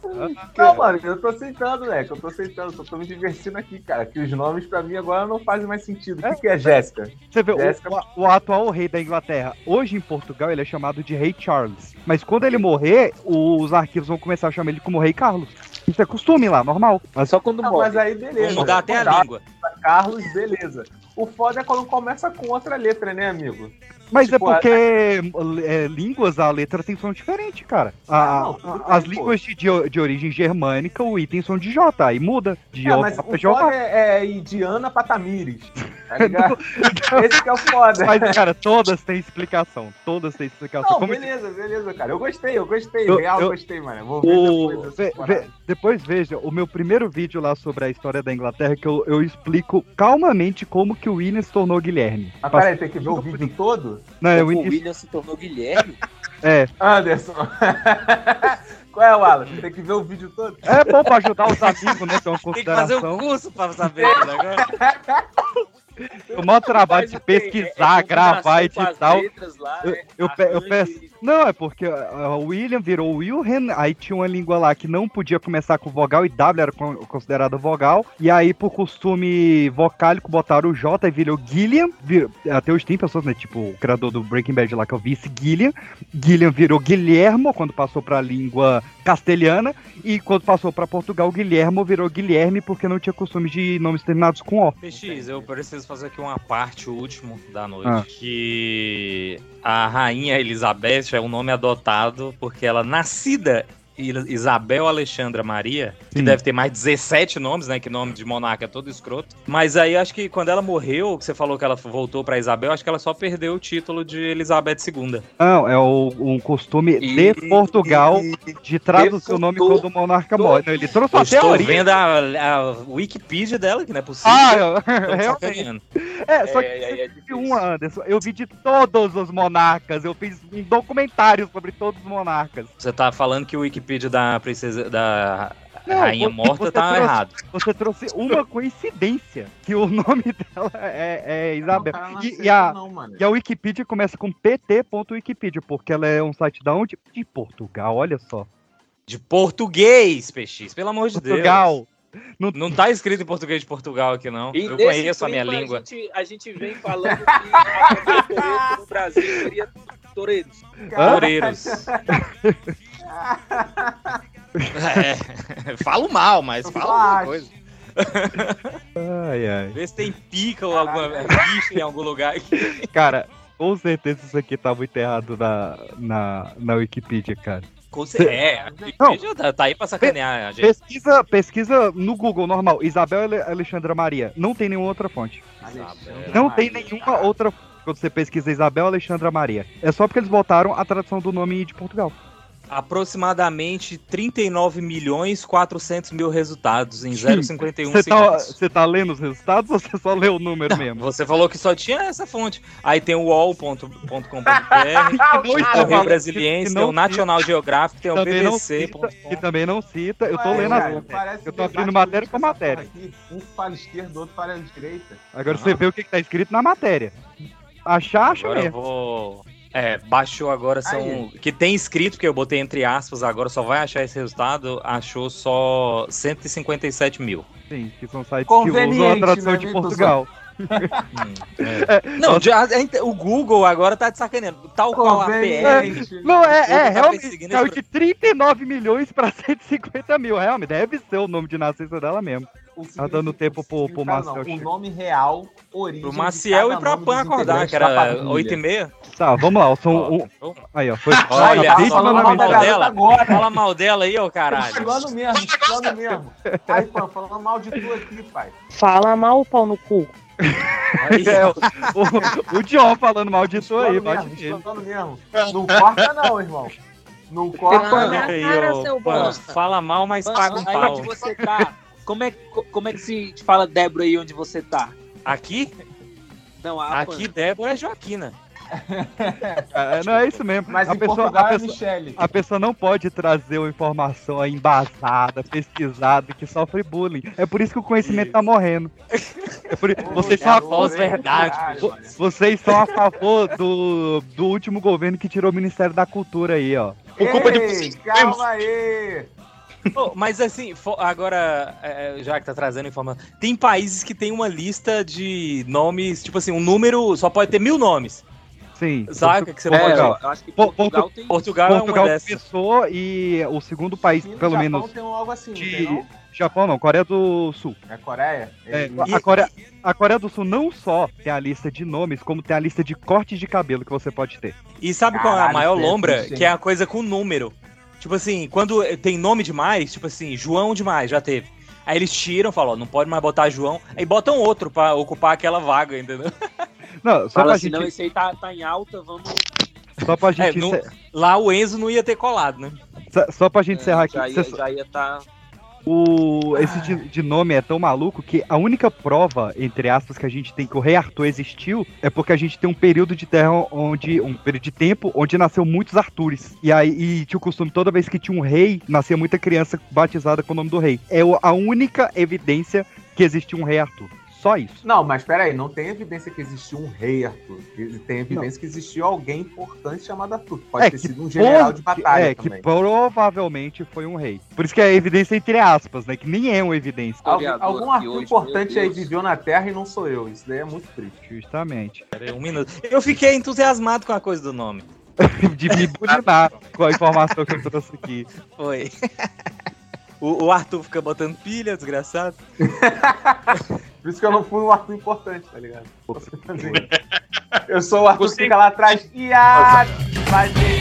Não, mano, eu tô aceitando, moleque. Eu tô aceitando, só tô me divertindo aqui, cara. Que os nomes pra mim agora não fazem mais sentido. O que, que é Jéssica?
Você vê, o-
Jéssica-
o, o atual rei da Inglaterra, hoje em Portugal, ele é chamado de Rei Charles. Mas quando ele morrer, os arquivos vão começar a chamar ele como Rei Carlos. Isso é costume lá, normal.
Só quando
Ah, mas aí beleza.
Vamos mudar até a
Tá,
língua.
Carlos, beleza. O foda é quando começa com outra letra, né, amigo?
Mas
Tipo,
é porque é, línguas, a letra tem som diferente, cara. A-
Ah, Não, tudo
a- as
bem, pô.
línguas de, de- de origem germânica, o item são de J, aí muda de tá.
É,
O
mas o
pra
foda
J.
é, é Indiana Patamires. Tá ligado? Esse que é o foda.
Então, Mas, cara, todas têm explicação. Todas têm explicação.
Não,
Como- é
beleza, beleza, cara. Eu gostei, eu gostei.
Eu-
real,
eu-
gostei, mano. Eu Vou ver
O-
depois dessa
ve-
temporada.
ve- depois veja o meu primeiro vídeo lá sobre a história da Inglaterra que eu, eu explico calmamente como que o William se tornou Guilherme.
Mas Ah, peraí, tem que ver o vídeo todo?
Não, é o
Como o
William-
William se tornou Guilherme.
É.
Anderson. Qual é, Wallace? Tem que ver o vídeo todo?
É bom pra ajudar os amigos, né? Tem uma
que fazer
consideração.
o
um curso pra saber isso agora.
O maior trabalho de
é,
é,
pesquisar, gravar, editar. Eu,
né?
eu, pe- eu peço. Não, é porque o William virou Wilhelm, aí tinha uma língua lá que não podia começar com vogal e W era con- considerada vogal. E aí, por costume vocálico, botaram o J e virou Gilliam. vir- até hoje tem pessoas, né? Tipo, o criador do Breaking Bad lá, que é o vice Gilliam. Gilliam virou Guilhermo quando passou pra língua castelhana. E quando passou pra Portugal, Guilhermo virou Guilherme porque não tinha costume de nomes terminados com O.
PX, eu preciso fazer aqui uma parte último da noite.
Ah.
Que a rainha Elizabeth é um nome adotado porque ela nascida Il- Isabel Alexandra Maria, que
Sim.
deve ter mais 17 nomes, né? Que nome de monarca é todo escroto. Mas aí acho que quando ela morreu, que você falou que ela voltou pra Isabel, acho que ela só perdeu o título de Elizabeth II.
Não, é o, um costume de Portugal de traduzir o nome quando o monarca morre. Não, ele trouxe
Eu
até a
estou
origem.
vendo a, a Wikipedia dela, que não é possível.
Ah, eu-
Tô me
realmente.
sacaneando.
É, só que
É, é,
eu tive um, Anderson. Eu vi de todos os monarcas. Eu fiz um documentário sobre todos os monarcas.
Você tá falando que o Wikipedia da princesa da
Não,
rainha
você-
morta
você
tá
trouxe-
errado.
Você trouxe uma coincidência que o nome dela é, é Isabel. e, e a, e a Wikipedia começa com pt.wikipedia, porque ela é um site da onde? De Portugal, olha só.
De português, PX, pelo amor de
Portugal.
Deus. Não... tá escrito em português de Portugal aqui, não.
E
Eu
nesse
conheço a minha
clipe,
língua.
gente- a gente vem falando que a Copa Toreto no Brasil seria Toreiros.
Hã? Toureiros. É, falo mal, mas falo alguma
Acho.
coisa.
Ai, ai.
Vê se tem pica ou alguma bicha em algum lugar aqui.
Cara, com certeza isso aqui tá muito errado na, na, na Wikipedia, cara.
Com cer-
Cê-
É, a Wikipedia tá, tá aí pra sacanear a gente.
Pesquisa, pesquisa no Google, normal. Isabel Ale- Alexandra Maria. Não tem nenhuma outra fonte.
Tá
Não tem nenhuma outra fonte quando você pesquisa Isabel Alexandra Maria. É só porque eles botaram a tradução do nome de Portugal.
Aproximadamente 39 milhões 400 mil resultados em 0,51
Você tá,
segundos.
você tá lendo os resultados ou você só lê o número mesmo?
Você falou que só tinha essa fonte. Aí tem o Ah, UOL.com.br, tem o Rio Brasiliense, tem o National Geographic, tem um o
Também não
BBC.
E também não cita, eu tô
Ué,
lendo
cara,
as
parece
Eu tô
um
abrindo
debate
matéria por
político essa
matéria.
porra aqui. Um fala esquerda, outro fala direita.
Agora você vê o que, que tá escrito na matéria. Achar, acha
Agora eu
mesmo.
vou. É, baixou agora, são. Que tem escrito, que eu botei entre aspas agora, só vai achar esse resultado, achou só 157 mil.
Sim, que são sites que usam a
Conveniente,
tradução
né,
de
Vitor?
Portugal.
Não, já- é, ent- o Google agora tá te sacaneando. Tal qual a
É,
PL.
não, é, é
Google tá
realmente
perseguindo
caiu
esse
de 39 milhões pra 150 mil. Realmente, deve ser o nome de nascença dela mesmo. Tá dando tempo pro, pro
Cara, não,
Marcel
o
chegar.
nome real, origem.
Pro
de
Maciel
cada
e pra
nome
Pan
dos
acordar,
integrantes
que
da
era
família.
8h30.
Tá, vamos lá. O som, o- Aí, ó. Foi.
Olha,
Vítima
fala
número
mal
dois.
dela. Fala mal dela aí, ô
Tô
caralho.
Falando mesmo, tô falando mesmo. Aí, Pan, falando mal de tu aqui, pai.
Fala mal, pau no cu.
É, o, o, o John falando mal de tu aí,
Falando
bate
mesmo,
nele.
tô falando mesmo. Não corta não, irmão. Não corta
Fala
não.
aí, ô, Pan, Fala mal, mas paga um
Aí
pau.
onde você tá, como é, como é que se fala Débora aí onde você tá?
Aqui?
Não, a
Aqui Débora é Joaquina.
É, não, é isso mesmo.
Mas
a
em
pessoa,
Portugal
a
é
pessoa-
Michele.
a pessoa não pode trazer uma informação aí embasada, pesquisada, que sofre bullying. É por isso que o conhecimento tá morrendo. É por... vocês, são a...
garoto, Pós-verdade, caralho,
Vo- vocês são a favor do, do último governo que tirou o Ministério da Cultura aí, ó. É.
Ei, calma aí.
Ô, mas assim, fo- agora, é, é, já que tá trazendo informação, tem países que tem uma lista de nomes, tipo assim, um número, só pode ter mil nomes.
Sim.
Saca que você
É,
pode.
ó, eu
acho que
Po-
Portugal,
Portu-
Portugal é uma
Portugal
dessas.
começou e o segundo país, pelo
Japão
menos.
tem algo assim, não
de...
tem não?
Japão não, Coreia do Sul.
É Coreia?
É,
Eles-
a, Coreia, A Coreia do Sul não só tem a lista de nomes, como tem a lista de cortes de cabelo que você pode ter.
E sabe qual é a
Caralho,
maior
Pedro,
lombra?
gente.
Que é a coisa com número. Tipo assim, quando tem nome demais, tipo assim, João demais, já teve. Aí eles tiram, falam, ó, não pode mais botar João. Aí botam outro pra ocupar aquela vaga, entendeu?
Não, só
Fala
pra
assim,
gente,
não, esse aí tá, tá em alta, vamos.
só pra gente,
É, não-
encer-
lá o Enzo não ia ter colado, né?
só- só pra gente encerrar aqui.
É, Já ia,
Vocês-
já ia tá.
O, esse de, de nome é tão maluco que a única prova, entre aspas, que a gente tem que o Rei Arthur existiu é porque a gente tem um período de terra onde. um período de tempo onde nasceu muitos Artures. E aí e tinha o costume, toda vez que tinha um rei, nascia muita criança batizada com o nome do rei. É o- a única evidência que existiu um rei Arthur. Só isso.
Não, mas peraí, não tem evidência que existiu um rei Arthur. Tem evidência que existiu alguém importante chamado Arthur.
É,
Pode ter sido um general
por-
de batalha
É,
também.
que provavelmente foi um rei. Por isso que é evidência entre aspas, né? Que nem é uma evidência.
Algu- algum Arthur importante aí viveu na Terra e não sou eu. Isso daí é muito triste.
Justamente.
Peraí, um minuto. Eu fiquei entusiasmado com a coisa do nome.
de me bulinar com a informação que eu trouxe aqui.
Foi. O, o Arthur fica botando pilha, desgraçado.
Por isso que eu não fui um Arthur importante, tá ligado? Eu sou o Arthur que fica lá atrás. Ia! Vai ter